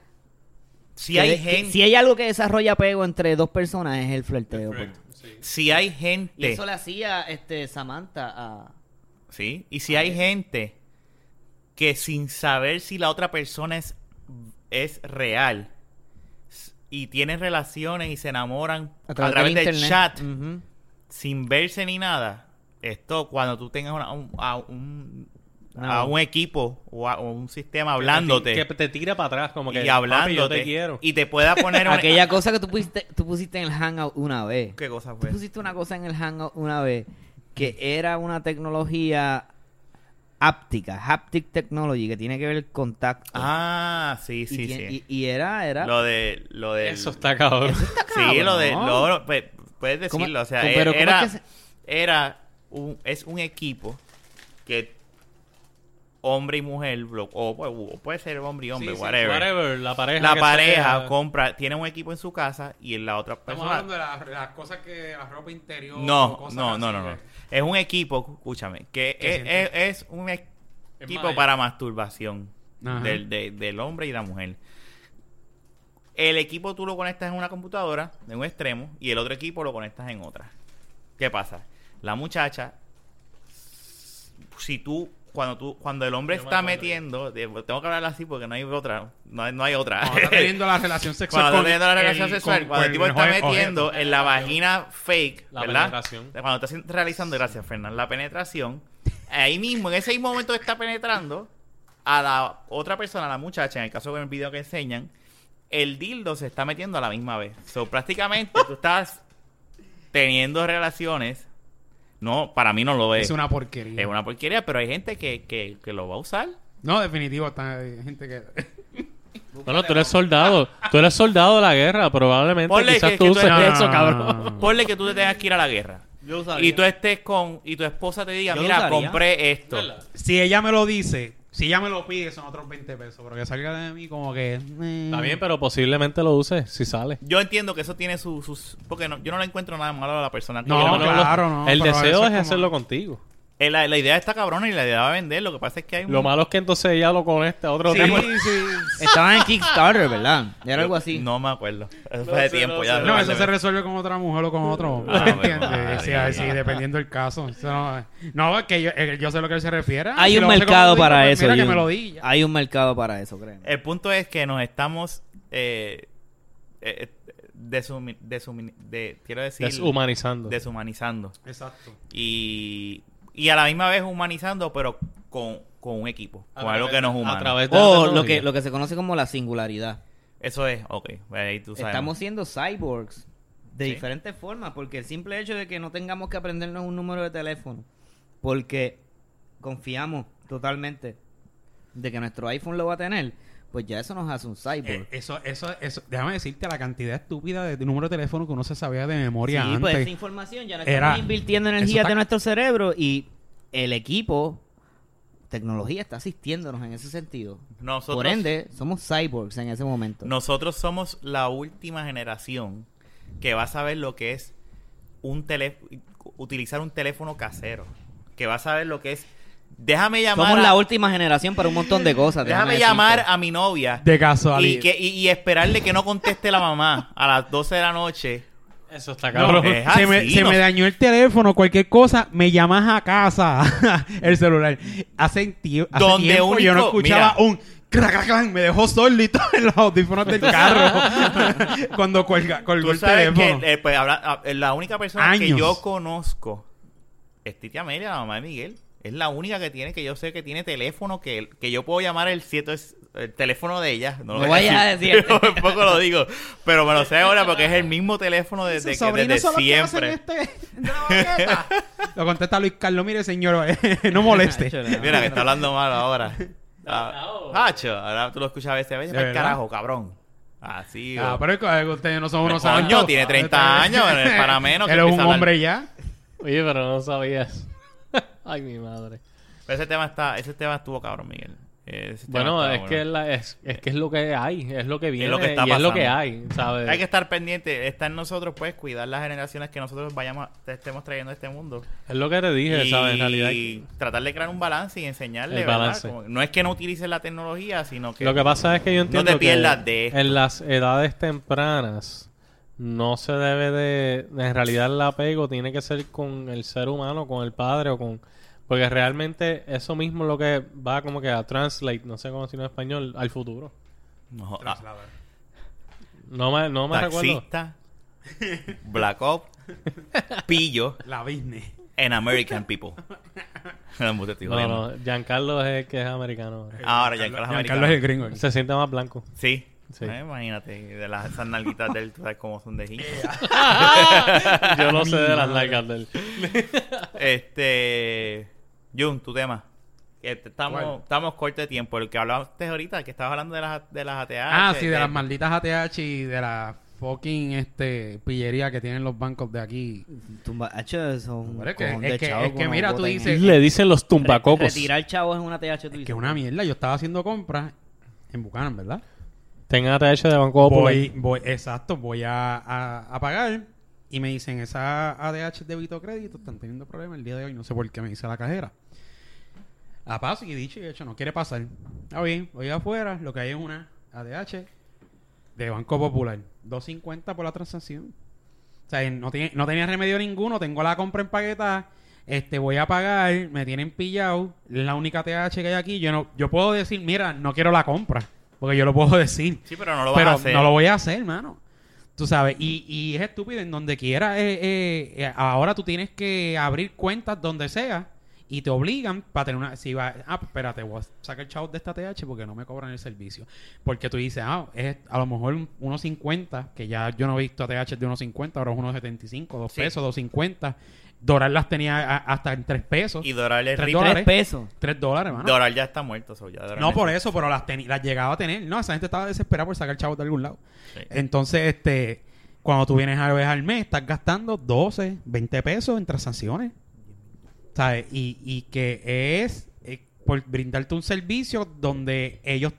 Speaker 4: Si
Speaker 7: que
Speaker 4: hay
Speaker 7: de- que-
Speaker 4: gente,
Speaker 7: si hay algo que desarrolla apego entre dos personas es el pues. flerteo.
Speaker 5: Correcto.
Speaker 7: punto.
Speaker 4: si hay
Speaker 7: Y
Speaker 4: gente,
Speaker 7: eso le hacía este, Samantha a.
Speaker 4: sí, y si hay gente que sin saber si la otra persona es, es real s- y tienen relaciones y se enamoran a través, del,
Speaker 7: internet.
Speaker 4: chat Ah,
Speaker 7: Ujú.
Speaker 4: sin verse ni nada, esto cuando tú tengas una- un, a, un,
Speaker 7: Una
Speaker 4: a un equipo o a o un sistema
Speaker 6: Que te-
Speaker 4: hablándote
Speaker 6: Que te tira para atrás, como que.
Speaker 4: y
Speaker 6: "Papi,
Speaker 4: hablándote
Speaker 6: yo te quiero.
Speaker 4: y te
Speaker 6: (laughs)
Speaker 4: pueda poner una-
Speaker 7: Aquella cosa que tú pusiste, tú pusiste en el Hangout una vez.
Speaker 4: ¿Qué cosa
Speaker 7: Tú
Speaker 4: fue?
Speaker 7: pusiste una cosa en el Hangout una vez que era una tecnología háptica, haptic technology, que tiene que ver el contacto.
Speaker 4: Ah, sí,
Speaker 7: y,
Speaker 4: sí,
Speaker 7: tiene-
Speaker 4: sí.
Speaker 7: y- y era, era.
Speaker 4: Lo de lo del-
Speaker 6: Eso está cabrón.
Speaker 4: Sí, lo de.
Speaker 7: cabrón.
Speaker 4: lo- pues, puedes
Speaker 7: ¿Cómo-
Speaker 4: decirlo. O sea,
Speaker 7: cómo- pero
Speaker 4: e-
Speaker 7: cómo
Speaker 4: era.
Speaker 7: es que se-
Speaker 4: era un, es un equipo que. Hombre y mujer, lo- o, o- o puede ser hombre y hombre,
Speaker 6: Sí, sí,
Speaker 4: (laughs) whatever.
Speaker 6: la pareja.
Speaker 4: La
Speaker 6: que
Speaker 4: pareja
Speaker 6: sea.
Speaker 4: compra, tiene un equipo en su casa y en la otra
Speaker 5: Estamos
Speaker 4: persona.
Speaker 5: hablando de la- las cosas que. La ropa interior.
Speaker 4: No,
Speaker 5: cosas
Speaker 4: no, no,
Speaker 5: así
Speaker 4: no, no.
Speaker 5: que-
Speaker 4: Es un equipo, escúchame, que
Speaker 5: ¿Qué
Speaker 4: es,
Speaker 5: siente?
Speaker 4: es- es un e-
Speaker 6: Es
Speaker 4: equipo
Speaker 6: Maya.
Speaker 4: para masturbación
Speaker 5: Ajá.
Speaker 4: del, de- del hombre y la mujer. El equipo tú lo conectas en una computadora, en un extremo, y el otro equipo lo conectas en otra. ¿Qué pasa? La muchacha, si tú, cuando tú, cuando el hombre
Speaker 6: Yo me
Speaker 4: está
Speaker 6: acuerdo.
Speaker 4: metiendo, de- tengo que hablar así porque no hay otra, no hay, no hay otra.
Speaker 5: Cuando está teniendo la
Speaker 4: (laughs)
Speaker 5: relación sexual.
Speaker 4: Cuando está
Speaker 5: con
Speaker 4: teniendo la relación
Speaker 5: el-
Speaker 4: sexual,
Speaker 5: con-
Speaker 4: cuando el
Speaker 5: con
Speaker 4: tipo está
Speaker 5: mejor objeto.
Speaker 4: metiendo en la vagina fake,
Speaker 6: La
Speaker 4: ¿verdad?
Speaker 6: penetración.
Speaker 4: Cuando está haciendo- realizando, gracias Fernán, la penetración, ahí mismo, en ese mismo momento que está penetrando, a la otra persona, a la muchacha, en el caso del video que enseñan, el dildo se está metiendo a la misma vez. So, prácticamente tú estás teniendo relaciones. No, para mí no lo es.
Speaker 5: Es una porquería.
Speaker 4: pues. Es una porquería, pero hay gente que, que, que lo va a usar.
Speaker 5: No, definitivo. Está, hay gente que.
Speaker 6: Bueno, tú eres soldado. Tú eres soldado de la guerra, probablemente.
Speaker 4: Ponle
Speaker 6: Quizás
Speaker 4: que-
Speaker 6: tú
Speaker 4: que tú
Speaker 6: uses
Speaker 4: eres-
Speaker 6: eso,
Speaker 5: Ah.
Speaker 6: cabrón.
Speaker 4: Ponle que tú te tengas que ir a la guerra. Y tú estés con. Y tu esposa te diga,
Speaker 7: Yo lo
Speaker 4: mira,
Speaker 7: usaría.
Speaker 4: compré esto.
Speaker 5: Si ella me lo dice, si ella me lo pide, son otros 20 pesos. Pero que salga de mí como que. eh.
Speaker 6: Está bien, pero posiblemente lo uses si sale.
Speaker 4: Yo entiendo que eso tiene sus. sus- porque no- yo no le encuentro nada malo a la persona que
Speaker 5: No,
Speaker 4: quiera.
Speaker 6: Pero lo-
Speaker 5: claro, no,
Speaker 6: El
Speaker 5: pero eso
Speaker 6: deseo
Speaker 5: es
Speaker 6: es,
Speaker 5: como-
Speaker 6: hacerlo contigo.
Speaker 4: Eh, la, la idea está cabrona y la idea va a vender. Lo que pasa es que hay un.
Speaker 6: Lo malo es que entonces ella lo conecta a otro
Speaker 5: Sí,
Speaker 6: tipo.
Speaker 5: sí.
Speaker 7: Estaban en Kickstarter, ¿verdad? Era algo
Speaker 4: Yo-
Speaker 7: así.
Speaker 4: No me acuerdo. Eso
Speaker 6: No
Speaker 4: fue de
Speaker 6: sé,
Speaker 4: tiempo
Speaker 6: no
Speaker 4: ya.
Speaker 6: sé.
Speaker 5: No,
Speaker 4: vale,
Speaker 5: eso se
Speaker 4: vale.
Speaker 5: resuelve con otra mujer o con otro hombre.
Speaker 4: Ah, bueno,
Speaker 5: ¿Entiendes?
Speaker 4: madre
Speaker 5: Sí,
Speaker 4: mía.
Speaker 5: sí, dependiendo del caso. O sea, No, no, es que yo, eh, yo sé a lo que él se refiere.
Speaker 7: Hay
Speaker 5: Si
Speaker 7: un
Speaker 5: lo hace como
Speaker 7: mercado
Speaker 5: digo,
Speaker 7: para
Speaker 5: pues
Speaker 7: eso.
Speaker 5: Mira que
Speaker 7: Jun.
Speaker 5: me lo di. ya.
Speaker 7: Hay un mercado para eso, creen.
Speaker 4: El punto es que nos estamos. Eh, eh, desumi- desumi- de, quiero decir.
Speaker 6: Deshumanizando.
Speaker 4: Deshumanizando.
Speaker 5: Exacto.
Speaker 4: Y, y a la misma vez humanizando, pero con, con un equipo.
Speaker 6: A
Speaker 4: con algo
Speaker 6: través-
Speaker 4: que nos humana.
Speaker 6: A través de la
Speaker 4: Oh,
Speaker 7: O lo
Speaker 6: tecnología.
Speaker 7: que, lo que se conoce como la singularidad.
Speaker 4: Eso es, ok. pues Ahí tú sabes.
Speaker 7: Estamos siendo cyborgs de
Speaker 4: Sí.
Speaker 7: diferentes formas, porque el simple hecho de que no tengamos que aprendernos un número de teléfono, porque confiamos totalmente de que nuestro iPhone lo va a tener, pues ya eso nos hace un cyborg.
Speaker 5: Eh, eso, eso, eso. Déjame decirte la cantidad estúpida de número de teléfono que uno se sabía de memoria
Speaker 7: sí,
Speaker 5: antes.
Speaker 7: pues esa información ya no
Speaker 5: Era-
Speaker 7: estamos invirtiendo
Speaker 5: eso
Speaker 7: energía
Speaker 5: está-
Speaker 7: de nuestro cerebro y el equipo, tecnología está asistiéndonos en ese sentido.
Speaker 4: Nosotros,
Speaker 7: Por ende, somos cyborgs en ese momento.
Speaker 4: nosotros somos la última generación que va a saber lo que es un teléfono, utilizar un teléfono casero. Que va a saber lo que es. Déjame llamar.
Speaker 7: somos
Speaker 4: a-
Speaker 7: la última pues. generación para un montón de cosas.
Speaker 4: Déjame
Speaker 7: decirte.
Speaker 4: llamar a mi novia
Speaker 5: de
Speaker 4: y,
Speaker 5: casualidad.
Speaker 4: que, y, y esperarle que no conteste la mamá a las 12 de la noche.
Speaker 6: Eso está
Speaker 5: No,
Speaker 6: cabrón.
Speaker 4: eh. es
Speaker 5: se me,
Speaker 4: así,
Speaker 5: se
Speaker 4: no
Speaker 5: me
Speaker 4: sé.
Speaker 5: dañó el teléfono, cualquier cosa, me llamas a casa (laughs) el celular. Hace, tie- hace
Speaker 4: Donde
Speaker 5: tiempo yo no
Speaker 4: único-
Speaker 5: escuchaba
Speaker 4: mira.
Speaker 5: un crac, crac, crac, me dejó solito (laughs) en los audífonos
Speaker 4: (laughs)
Speaker 5: del carro (laughs) cuando cuelga, colgó
Speaker 4: Tú
Speaker 5: el
Speaker 4: sabes
Speaker 5: teléfono.
Speaker 4: que eh, pues, habla- ah, eh, la única persona que
Speaker 5: Años.
Speaker 4: yo conozco es Titi Amelia, la mamá de Miguel. Es la única que tiene que yo sé que tiene teléfono que, que yo puedo llamar el siete el teléfono de ella. No lo
Speaker 7: No vaya a decirte.
Speaker 4: (laughs) Tampoco lo digo. Pero me lo sé ahora porque es el mismo teléfono desde, que, desde siempre.
Speaker 5: este-
Speaker 4: (laughs)
Speaker 5: Lo contesta Luis Carlos, mire señor, (laughs) eh, no
Speaker 4: (laughs)
Speaker 5: moleste.
Speaker 4: Mira, que está hablando
Speaker 7: (laughs)
Speaker 4: mal ahora. Ah, Hacho, ahora tú lo escuchas a veces. A veces,
Speaker 5: ¿De
Speaker 4: "Pa'l
Speaker 5: verdad?
Speaker 4: carajo, cabrón. Así.
Speaker 5: Ah,
Speaker 4: o-
Speaker 5: pero es que ustedes no son unos
Speaker 4: Coño,
Speaker 5: santos.
Speaker 4: tiene
Speaker 5: (laughs)
Speaker 4: 30 años, eh, para menos que
Speaker 5: Él es un
Speaker 4: empieza a hablar. Ah.
Speaker 5: hombre ya.
Speaker 6: Oye, pero no sabías. (laughs) Ay, mi madre.
Speaker 4: Pero ese tema está, ese tema estuvo cabrón, Miguel. Ese tema
Speaker 6: Bueno,
Speaker 4: está
Speaker 6: es que, es, la- es, es que es lo que hay, es lo que viene
Speaker 4: lo que está
Speaker 6: y es lo que
Speaker 4: pasando.
Speaker 6: hay, ¿sabes?
Speaker 4: Hay que estar pendiente, está en nosotros pues cuidar las generaciones que nosotros vayamos te estemos trayendo a este mundo.
Speaker 6: Es lo que te dije, ¿sabes? En realidad,
Speaker 4: y tratar de crear un balance y enseñarle,
Speaker 6: El
Speaker 4: ¿verdad?
Speaker 6: balance.
Speaker 4: Como- no es que no utilices la tecnología, sino que
Speaker 6: lo que pasa es que yo entiendo
Speaker 4: te pierdas
Speaker 6: que
Speaker 4: de esto.
Speaker 6: en las edades tempranas no se debe de... En realidad el apego tiene que ser con el ser humano, con el padre o con... Porque realmente eso mismo es lo que va como que a translate, no sé cómo decirlo en español, al futuro.
Speaker 4: No, ah,
Speaker 6: No me, no me recuerdo.
Speaker 4: taxista,
Speaker 6: (laughs)
Speaker 4: black op, pillo,
Speaker 5: La business.
Speaker 4: and American people. (laughs) No, embuste, estoy
Speaker 6: No,
Speaker 4: jodiendo.
Speaker 6: no, Giancarlo es el que es americano.
Speaker 4: Ah, Ahora ya que las
Speaker 5: Carlos es el
Speaker 4: americanas-
Speaker 5: gringo.
Speaker 6: Se siente más
Speaker 4: (laughs)
Speaker 6: blanco.
Speaker 4: Sí.
Speaker 6: Sí.
Speaker 4: Eh, imagínate, de las esas nalguitas de él, tú sabes cómo son de gil.
Speaker 6: Yo no sé de las nalgas de él.
Speaker 4: Este. Jun, tu tema. Que te- Estamos, estamos corto de tiempo. El que hablaste ahorita, que estabas hablando de las, de las ATH.
Speaker 5: Ah, sí, de las
Speaker 4: malditas
Speaker 5: malditas ATH y de la fucking este, pillería que tienen los bancos de aquí.
Speaker 7: Tumba, hecho eso. un
Speaker 5: Hombre, es que-
Speaker 7: cojón
Speaker 5: es
Speaker 7: de
Speaker 5: que-
Speaker 7: chavo
Speaker 5: es que
Speaker 7: uno
Speaker 5: mira, tú
Speaker 7: bota en
Speaker 5: dices-
Speaker 7: eso.
Speaker 6: Le dicen los tumbacocos.
Speaker 7: Retirar chavos en una TH tú
Speaker 5: Que
Speaker 7: dices.
Speaker 5: una mierda, yo estaba haciendo compras en Bucanan, ¿verdad?
Speaker 6: Tengan ATH de Banco Popular.
Speaker 5: Voy, voy, exacto, voy a, a- a pagar y me dicen, esa ADH débito o crédito están teniendo problemas el día de hoy, no sé por qué me dice la cajera. La paso y dicho y hecho, no quiere pasar. Está bien, voy afuera, lo que hay es una ADH de Banco Popular, 2.50 por la transacción. O sea, no, tiene, no tenía remedio ninguno, tengo la compra empaquetada, este, voy a pagar, me tienen pillado, es la única TH que hay aquí, yo no, yo puedo decir, mira, no quiero la compra, porque yo lo puedo (laughs) decir
Speaker 4: Sí, pero no lo vas
Speaker 5: pero
Speaker 4: a hacer.
Speaker 5: no lo voy a hacer, mano. Tú sabes, y, y es estúpido en donde quiera. eh, eh, eh, ahora tú tienes que abrir cuentas donde sea y te obligan para tener una. Si va, ah, pues espérate, voy a sacar chavos de esta TH porque no me cobran el servicio. Porque tú dices, ah, es a lo mejor un- 1.50, que ya yo no he visto ATH de 1.50, ahora es 1.75, 2
Speaker 4: Sí.
Speaker 5: pesos, 2.50. Doral las tenía a- hasta en 3 pesos.
Speaker 4: Y Doral es
Speaker 5: Tres
Speaker 4: rico.
Speaker 5: dólares.
Speaker 7: Tres pesos.
Speaker 5: 3 dólares, mano.
Speaker 4: Doral ya está muerto. so, ya Doral
Speaker 5: No por
Speaker 4: es-
Speaker 5: eso, pero las, teni- las llegaba a tener. No, esa gente estaba desesperada por sacar chavos de algún lado.
Speaker 4: Sí.
Speaker 5: Entonces, este, cuando tú vienes a ver al mes, estás gastando 12, 20 pesos en transacciones. ¿Sabes? Y, y que es eh, por brindarte un servicio donde ellos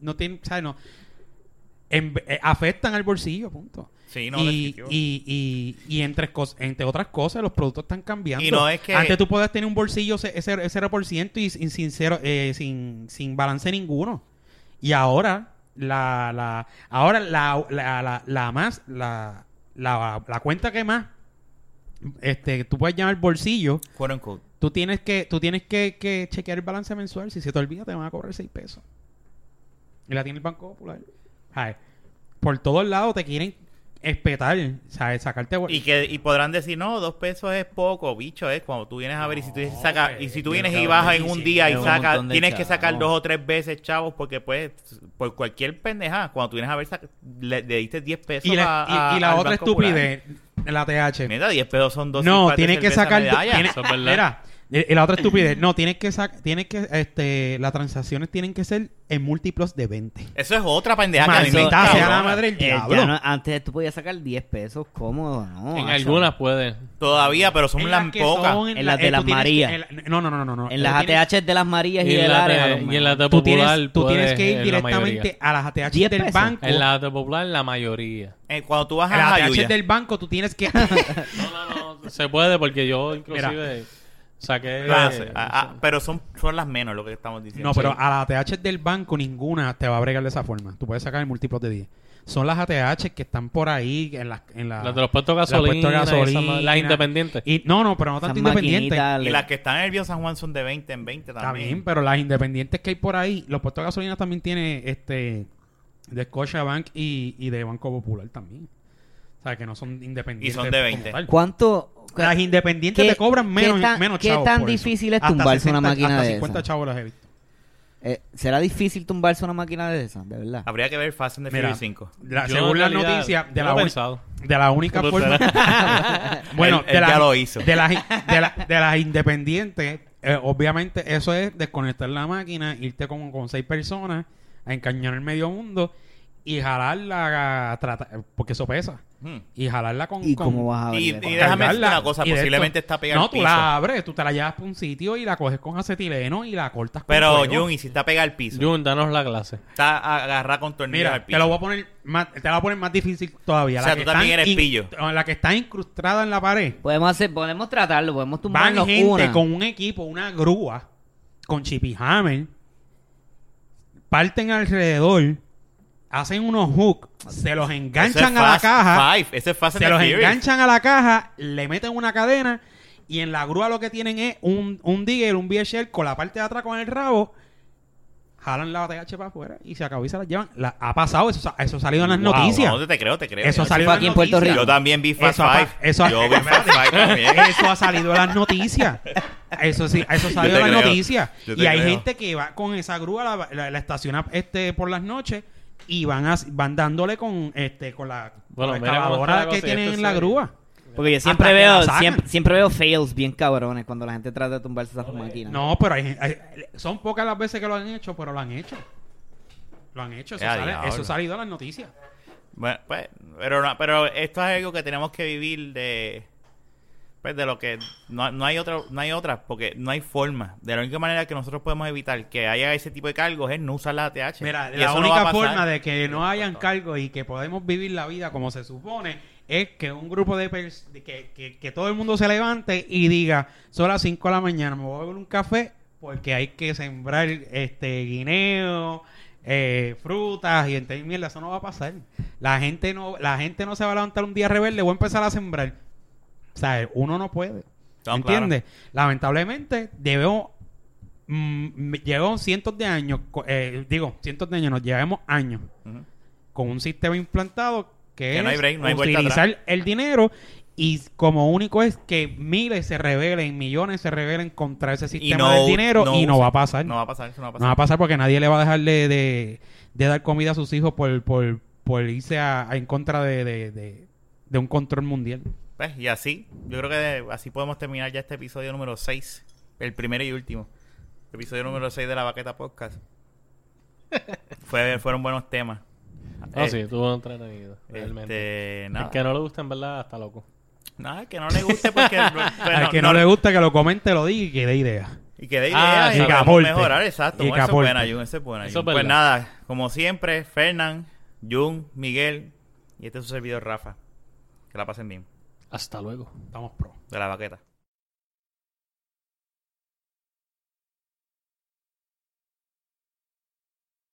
Speaker 5: no tienen, ¿sabes? No, en- eh, afectan al bolsillo, punto.
Speaker 4: Sí, no,
Speaker 5: y,
Speaker 4: definitivo.
Speaker 5: y, y, y entre, cos- entre otras cosas, los productos están cambiando.
Speaker 4: Y no es que-
Speaker 5: Antes tú podías tener un bolsillo ce- ese- ese 0% y, sin- sin, cero- eh, sin, sin balance ninguno. Y ahora, la, la, ahora la, la, la, la más, la, la, la cuenta que más este, tú puedes llamar bolsillo,
Speaker 4: Quote unquote.
Speaker 5: tú tienes que, tú tienes que, que chequear el balance mensual. Si se te olvida, te van a cobrar 6 pesos. Y la tiene el Banco Popular. Ay, por todos lados te quieren espetar, ¿sabes? Sacarte bol-
Speaker 4: Y, que, y podrán decir, no, dos pesos es poco, bicho, es cuando tú vienes a ver y si tú, dices, saca, y, si tú vienes y bajas en un día y
Speaker 7: es un
Speaker 4: sacas,
Speaker 7: montón de
Speaker 4: tienes que sacar
Speaker 7: chavos.
Speaker 4: dos o tres veces, chavos, porque pues, por cualquier pendejada, cuando tú vienes a ver, saca- le, le diste 10 pesos
Speaker 5: y la,
Speaker 4: a-
Speaker 5: y-
Speaker 4: a-
Speaker 5: y la
Speaker 4: al
Speaker 5: otra
Speaker 4: Banco Popular.
Speaker 5: estupidez, la TH.
Speaker 4: Neta, 10 pesos son dos
Speaker 5: no,
Speaker 4: six-packs de
Speaker 5: tienes que
Speaker 4: cerveza
Speaker 5: sacar.
Speaker 4: medalla.
Speaker 5: tienes-
Speaker 6: Eso es verdad.
Speaker 5: mira, y- y la otra estupidez. No, tienes que sacar. Tienes que. Este, las transacciones tienen que ser en múltiplos de 20.
Speaker 4: Eso es otra pendeja que a mí me
Speaker 5: Maldita sea la
Speaker 4: encanta.
Speaker 5: madre del
Speaker 7: Eh, ya
Speaker 5: diablo.
Speaker 7: no- antes tú podías sacar 10 pesos cómodo, ¿no?
Speaker 6: en
Speaker 7: macho.
Speaker 6: algunas puede.
Speaker 4: Todavía, pero son
Speaker 5: En
Speaker 4: las
Speaker 5: las que
Speaker 4: pocas.
Speaker 5: son-
Speaker 7: En las de
Speaker 5: eh, tú
Speaker 7: las
Speaker 5: tienes
Speaker 7: Marías.
Speaker 5: que- en la- no, no, no, no, no.
Speaker 7: En
Speaker 5: Tú
Speaker 7: las
Speaker 5: tienes-
Speaker 7: ATH de las Marías y,
Speaker 6: en
Speaker 7: del
Speaker 6: la
Speaker 7: área.
Speaker 6: de- y en la de
Speaker 5: Tú
Speaker 6: popular
Speaker 5: tienes, tú tienes
Speaker 6: puedes
Speaker 5: que ir
Speaker 6: en la mayoría.
Speaker 5: directamente a las ATH
Speaker 7: 10
Speaker 5: del
Speaker 7: pesos.
Speaker 5: banco.
Speaker 6: En la de popular, la mayoría.
Speaker 4: Eh, cuando tú vas
Speaker 5: a las
Speaker 4: a
Speaker 5: ATH
Speaker 4: Jayuya.
Speaker 5: del banco tú tienes
Speaker 6: (laughs)
Speaker 5: que...
Speaker 6: No, no, no. Se puede porque yo inclusive saqué... eh,
Speaker 4: Ah, sí. Ah, ah, pero son, son las menos lo que estamos diciendo.
Speaker 5: no, pero a las ATH del banco ninguna te va a bregar de esa forma. Tú puedes sacar en múltiplos de 10. son las ATH que están por ahí en las en la-
Speaker 6: Las de los puestos de
Speaker 5: las ah. puestos de
Speaker 6: gasolina, esas
Speaker 5: gasolina.
Speaker 6: ma- las independientes.
Speaker 5: y no no pero no tanto independientes
Speaker 4: Y las que están en el Bio San Juan son de 20 en 20
Speaker 5: Está
Speaker 4: también.
Speaker 5: bien, pues. pero las independientes que hay por ahí, los puestos de gasolina también tiene este de Scotiabank y, y de Banco Popular también. O sea, que no son independientes.
Speaker 4: Y son de
Speaker 5: como
Speaker 4: 20.
Speaker 5: tal.
Speaker 7: ¿Cuánto? Eh,
Speaker 5: Las independientes
Speaker 7: ¿Qué-
Speaker 5: te cobran menos,
Speaker 7: qué tan-
Speaker 5: menos
Speaker 7: qué
Speaker 5: chavos.
Speaker 7: tan
Speaker 5: por eso.
Speaker 7: difícil es
Speaker 5: Hasta
Speaker 7: tumbarse una máquina
Speaker 5: hasta
Speaker 7: de
Speaker 5: 50
Speaker 7: esas?
Speaker 5: chavos las he visto.
Speaker 7: Eh, ¿Será difícil tumbarse una máquina de esas? De verdad.
Speaker 4: Habría que ver Fast and the
Speaker 5: Mira,
Speaker 4: Furious 5.
Speaker 5: La-
Speaker 6: Yo,
Speaker 5: según
Speaker 6: en
Speaker 5: las
Speaker 6: realidad,
Speaker 5: noticias, de la,
Speaker 6: yo lo he
Speaker 5: uni-
Speaker 6: pensado.
Speaker 5: de la única
Speaker 6: Puta,
Speaker 5: forma.
Speaker 4: (laughs)
Speaker 5: bueno,
Speaker 4: Él- él
Speaker 5: de las-
Speaker 4: ya lo hizo.
Speaker 5: De las, de la- de las independientes, eh, obviamente, eso es desconectar la máquina, irte con, con seis personas a encañar el medio mundo y jalarla. a tratar- porque eso pesa.
Speaker 4: Hmm.
Speaker 5: Y jalarla con.
Speaker 7: ¿Y
Speaker 5: con-
Speaker 7: cómo vas a
Speaker 4: Y, y
Speaker 7: abrir?
Speaker 4: déjame
Speaker 5: cargarla
Speaker 4: decirte una cosa,
Speaker 5: y de
Speaker 4: posiblemente
Speaker 5: esto-
Speaker 4: está pegada
Speaker 5: No,
Speaker 4: al
Speaker 5: tú
Speaker 4: piso.
Speaker 5: la abres, tú te la llevas para un sitio y la coges con acetileno y la cortas con
Speaker 4: Pero,
Speaker 5: fuego.
Speaker 4: Jun, y si está pegada al piso,
Speaker 6: Jun, danos la clase.
Speaker 4: está agarrada con tornillos
Speaker 5: Mira,
Speaker 4: al
Speaker 5: te
Speaker 4: piso.
Speaker 5: lo voy a poner más, te la voy a poner más difícil todavía.
Speaker 4: O
Speaker 5: La
Speaker 4: sea,
Speaker 5: que
Speaker 4: tú también
Speaker 5: está
Speaker 4: eres
Speaker 5: in-
Speaker 4: pillo.
Speaker 5: no, La que está incrustada en la pared.
Speaker 7: Podemos hacer, podemos tratarlo, podemos
Speaker 5: Van
Speaker 7: tumbarnos
Speaker 5: gente
Speaker 7: una.
Speaker 5: con un equipo, una grúa, con chipihammer, parten alrededor, hacen unos hooks, se los
Speaker 4: Ese es
Speaker 5: enganchan a la
Speaker 4: Fast
Speaker 5: caja,
Speaker 4: Five. Ese es Fast
Speaker 5: se
Speaker 4: and
Speaker 5: los
Speaker 4: the Furious.
Speaker 5: enganchan a la caja, le meten una cadena y en la grúa lo que tienen es un, un digger, un VHL con la parte de atrás con el rabo. Jalan la ATH para afuera y se acabó y se la llevan. La- ha pasado, eso, sa- eso ha salido en las
Speaker 4: Wow,
Speaker 5: noticias.
Speaker 4: No, te creo, te creo.
Speaker 5: Eso ha salido
Speaker 7: fue aquí en Puerto
Speaker 5: noticias.
Speaker 7: Rico.
Speaker 4: Yo también vi Fast
Speaker 5: Eso ha pa-
Speaker 4: Five.
Speaker 5: eso ha-
Speaker 4: Yo vi Fast
Speaker 5: (laughs)
Speaker 4: Five también.
Speaker 5: Eso ha salido en las noticias. Eso sí, eso salió
Speaker 4: te
Speaker 5: en las
Speaker 4: creo.
Speaker 5: noticias.
Speaker 4: Yo te
Speaker 5: Y hay
Speaker 4: creo.
Speaker 5: gente que va con esa grúa, la, la- la estaciona este, por las noches y van as- van dándole con este con la, con
Speaker 6: Bueno,
Speaker 5: la
Speaker 6: mira cómo
Speaker 5: excavadora
Speaker 6: está la
Speaker 5: que
Speaker 6: cosa,
Speaker 5: tienen
Speaker 6: esto
Speaker 5: en la
Speaker 6: se-
Speaker 5: grúa.
Speaker 7: Porque yo siempre
Speaker 5: Hasta que
Speaker 7: veo,
Speaker 5: la sacan.
Speaker 7: siempre, siempre veo fails bien cabrones cuando la gente trata de tumbarse esas máquinas.
Speaker 5: No, pero hay, gen- hay- son pocas las veces que lo han hecho, pero lo han hecho. Lo han hecho, eso,
Speaker 4: Ya,
Speaker 5: sale-
Speaker 4: diablo.
Speaker 5: eso ha salido en las noticias.
Speaker 4: Bueno, pues, pero, no- pero esto es algo que tenemos que vivir de. Pues de lo que. No, no hay otra, no hay otra, porque no hay forma. De la única manera que nosotros podemos evitar que haya ese tipo de cargos es no usar la ATH.
Speaker 5: Mira,
Speaker 4: Y
Speaker 5: la
Speaker 4: eso no va a
Speaker 5: única
Speaker 4: pasar.
Speaker 5: forma de que no hayan cargos y que podemos vivir la vida como se supone es que un grupo de pers- de que, que, que todo el mundo se levante y diga, son las 5 de la mañana, me voy a beber un café porque hay que sembrar este guineo, eh, frutas y entonces mierda, eso no va a pasar. La gente no la gente no se va a levantar un día rebelde, voy a empezar a sembrar. O sea, uno no puede.
Speaker 4: No,
Speaker 5: ¿Entiendes? Lamentablemente, debemos. mm, llevamos cientos de años, co- eh, digo, cientos de años, nos llevamos años
Speaker 4: Ujú.
Speaker 5: con un sistema implantado que,
Speaker 4: Que
Speaker 5: es
Speaker 4: no hay break, no hay vuelta
Speaker 5: utilizar el dinero y como único es que miles se rebelen, millones se rebelen contra ese sistema
Speaker 4: no
Speaker 5: del
Speaker 4: u-
Speaker 5: dinero
Speaker 4: no
Speaker 5: y no
Speaker 4: usa-
Speaker 5: va a pasar.
Speaker 4: No va a pasar, eso no va
Speaker 5: No va
Speaker 4: a
Speaker 5: a
Speaker 4: pasar.
Speaker 5: pasar porque nadie le va a dejar de, de- de dar comida a sus hijos por, por, por irse a, a en contra de, de- de- de un control mundial.
Speaker 4: Pues, y así, yo creo que de- así podemos terminar ya este episodio número 6. El primero y último. Episodio número 6 de la
Speaker 5: (laughs)
Speaker 4: Baqueta Podcast. Fue, fueron buenos temas.
Speaker 6: No,
Speaker 4: Eh,
Speaker 6: sí, estuvo entretenido. Realmente.
Speaker 4: Este,
Speaker 6: El
Speaker 4: nada.
Speaker 6: que no le gusta, en verdad, está loco.
Speaker 4: Nada, el que no le guste porque... bueno,
Speaker 5: Al que no, le gusta que lo comente, lo diga y que dé ideas.
Speaker 4: Y que de
Speaker 5: y
Speaker 6: Ah,
Speaker 4: idea y
Speaker 5: que
Speaker 4: podemos
Speaker 5: aporte.
Speaker 4: mejorar, exacto.
Speaker 5: Y
Speaker 4: Bueno,
Speaker 5: que
Speaker 4: eso es buena,
Speaker 5: aporte.
Speaker 4: Jun, eso es buena,
Speaker 6: Eso es
Speaker 4: Jun. Pues
Speaker 6: verdad.
Speaker 4: nada, como siempre, Fernán, Jun, Miguel y este es su servidor Rafa. Que la pasen bien.
Speaker 6: Hasta luego.
Speaker 5: Estamos pro.
Speaker 4: De la baqueta.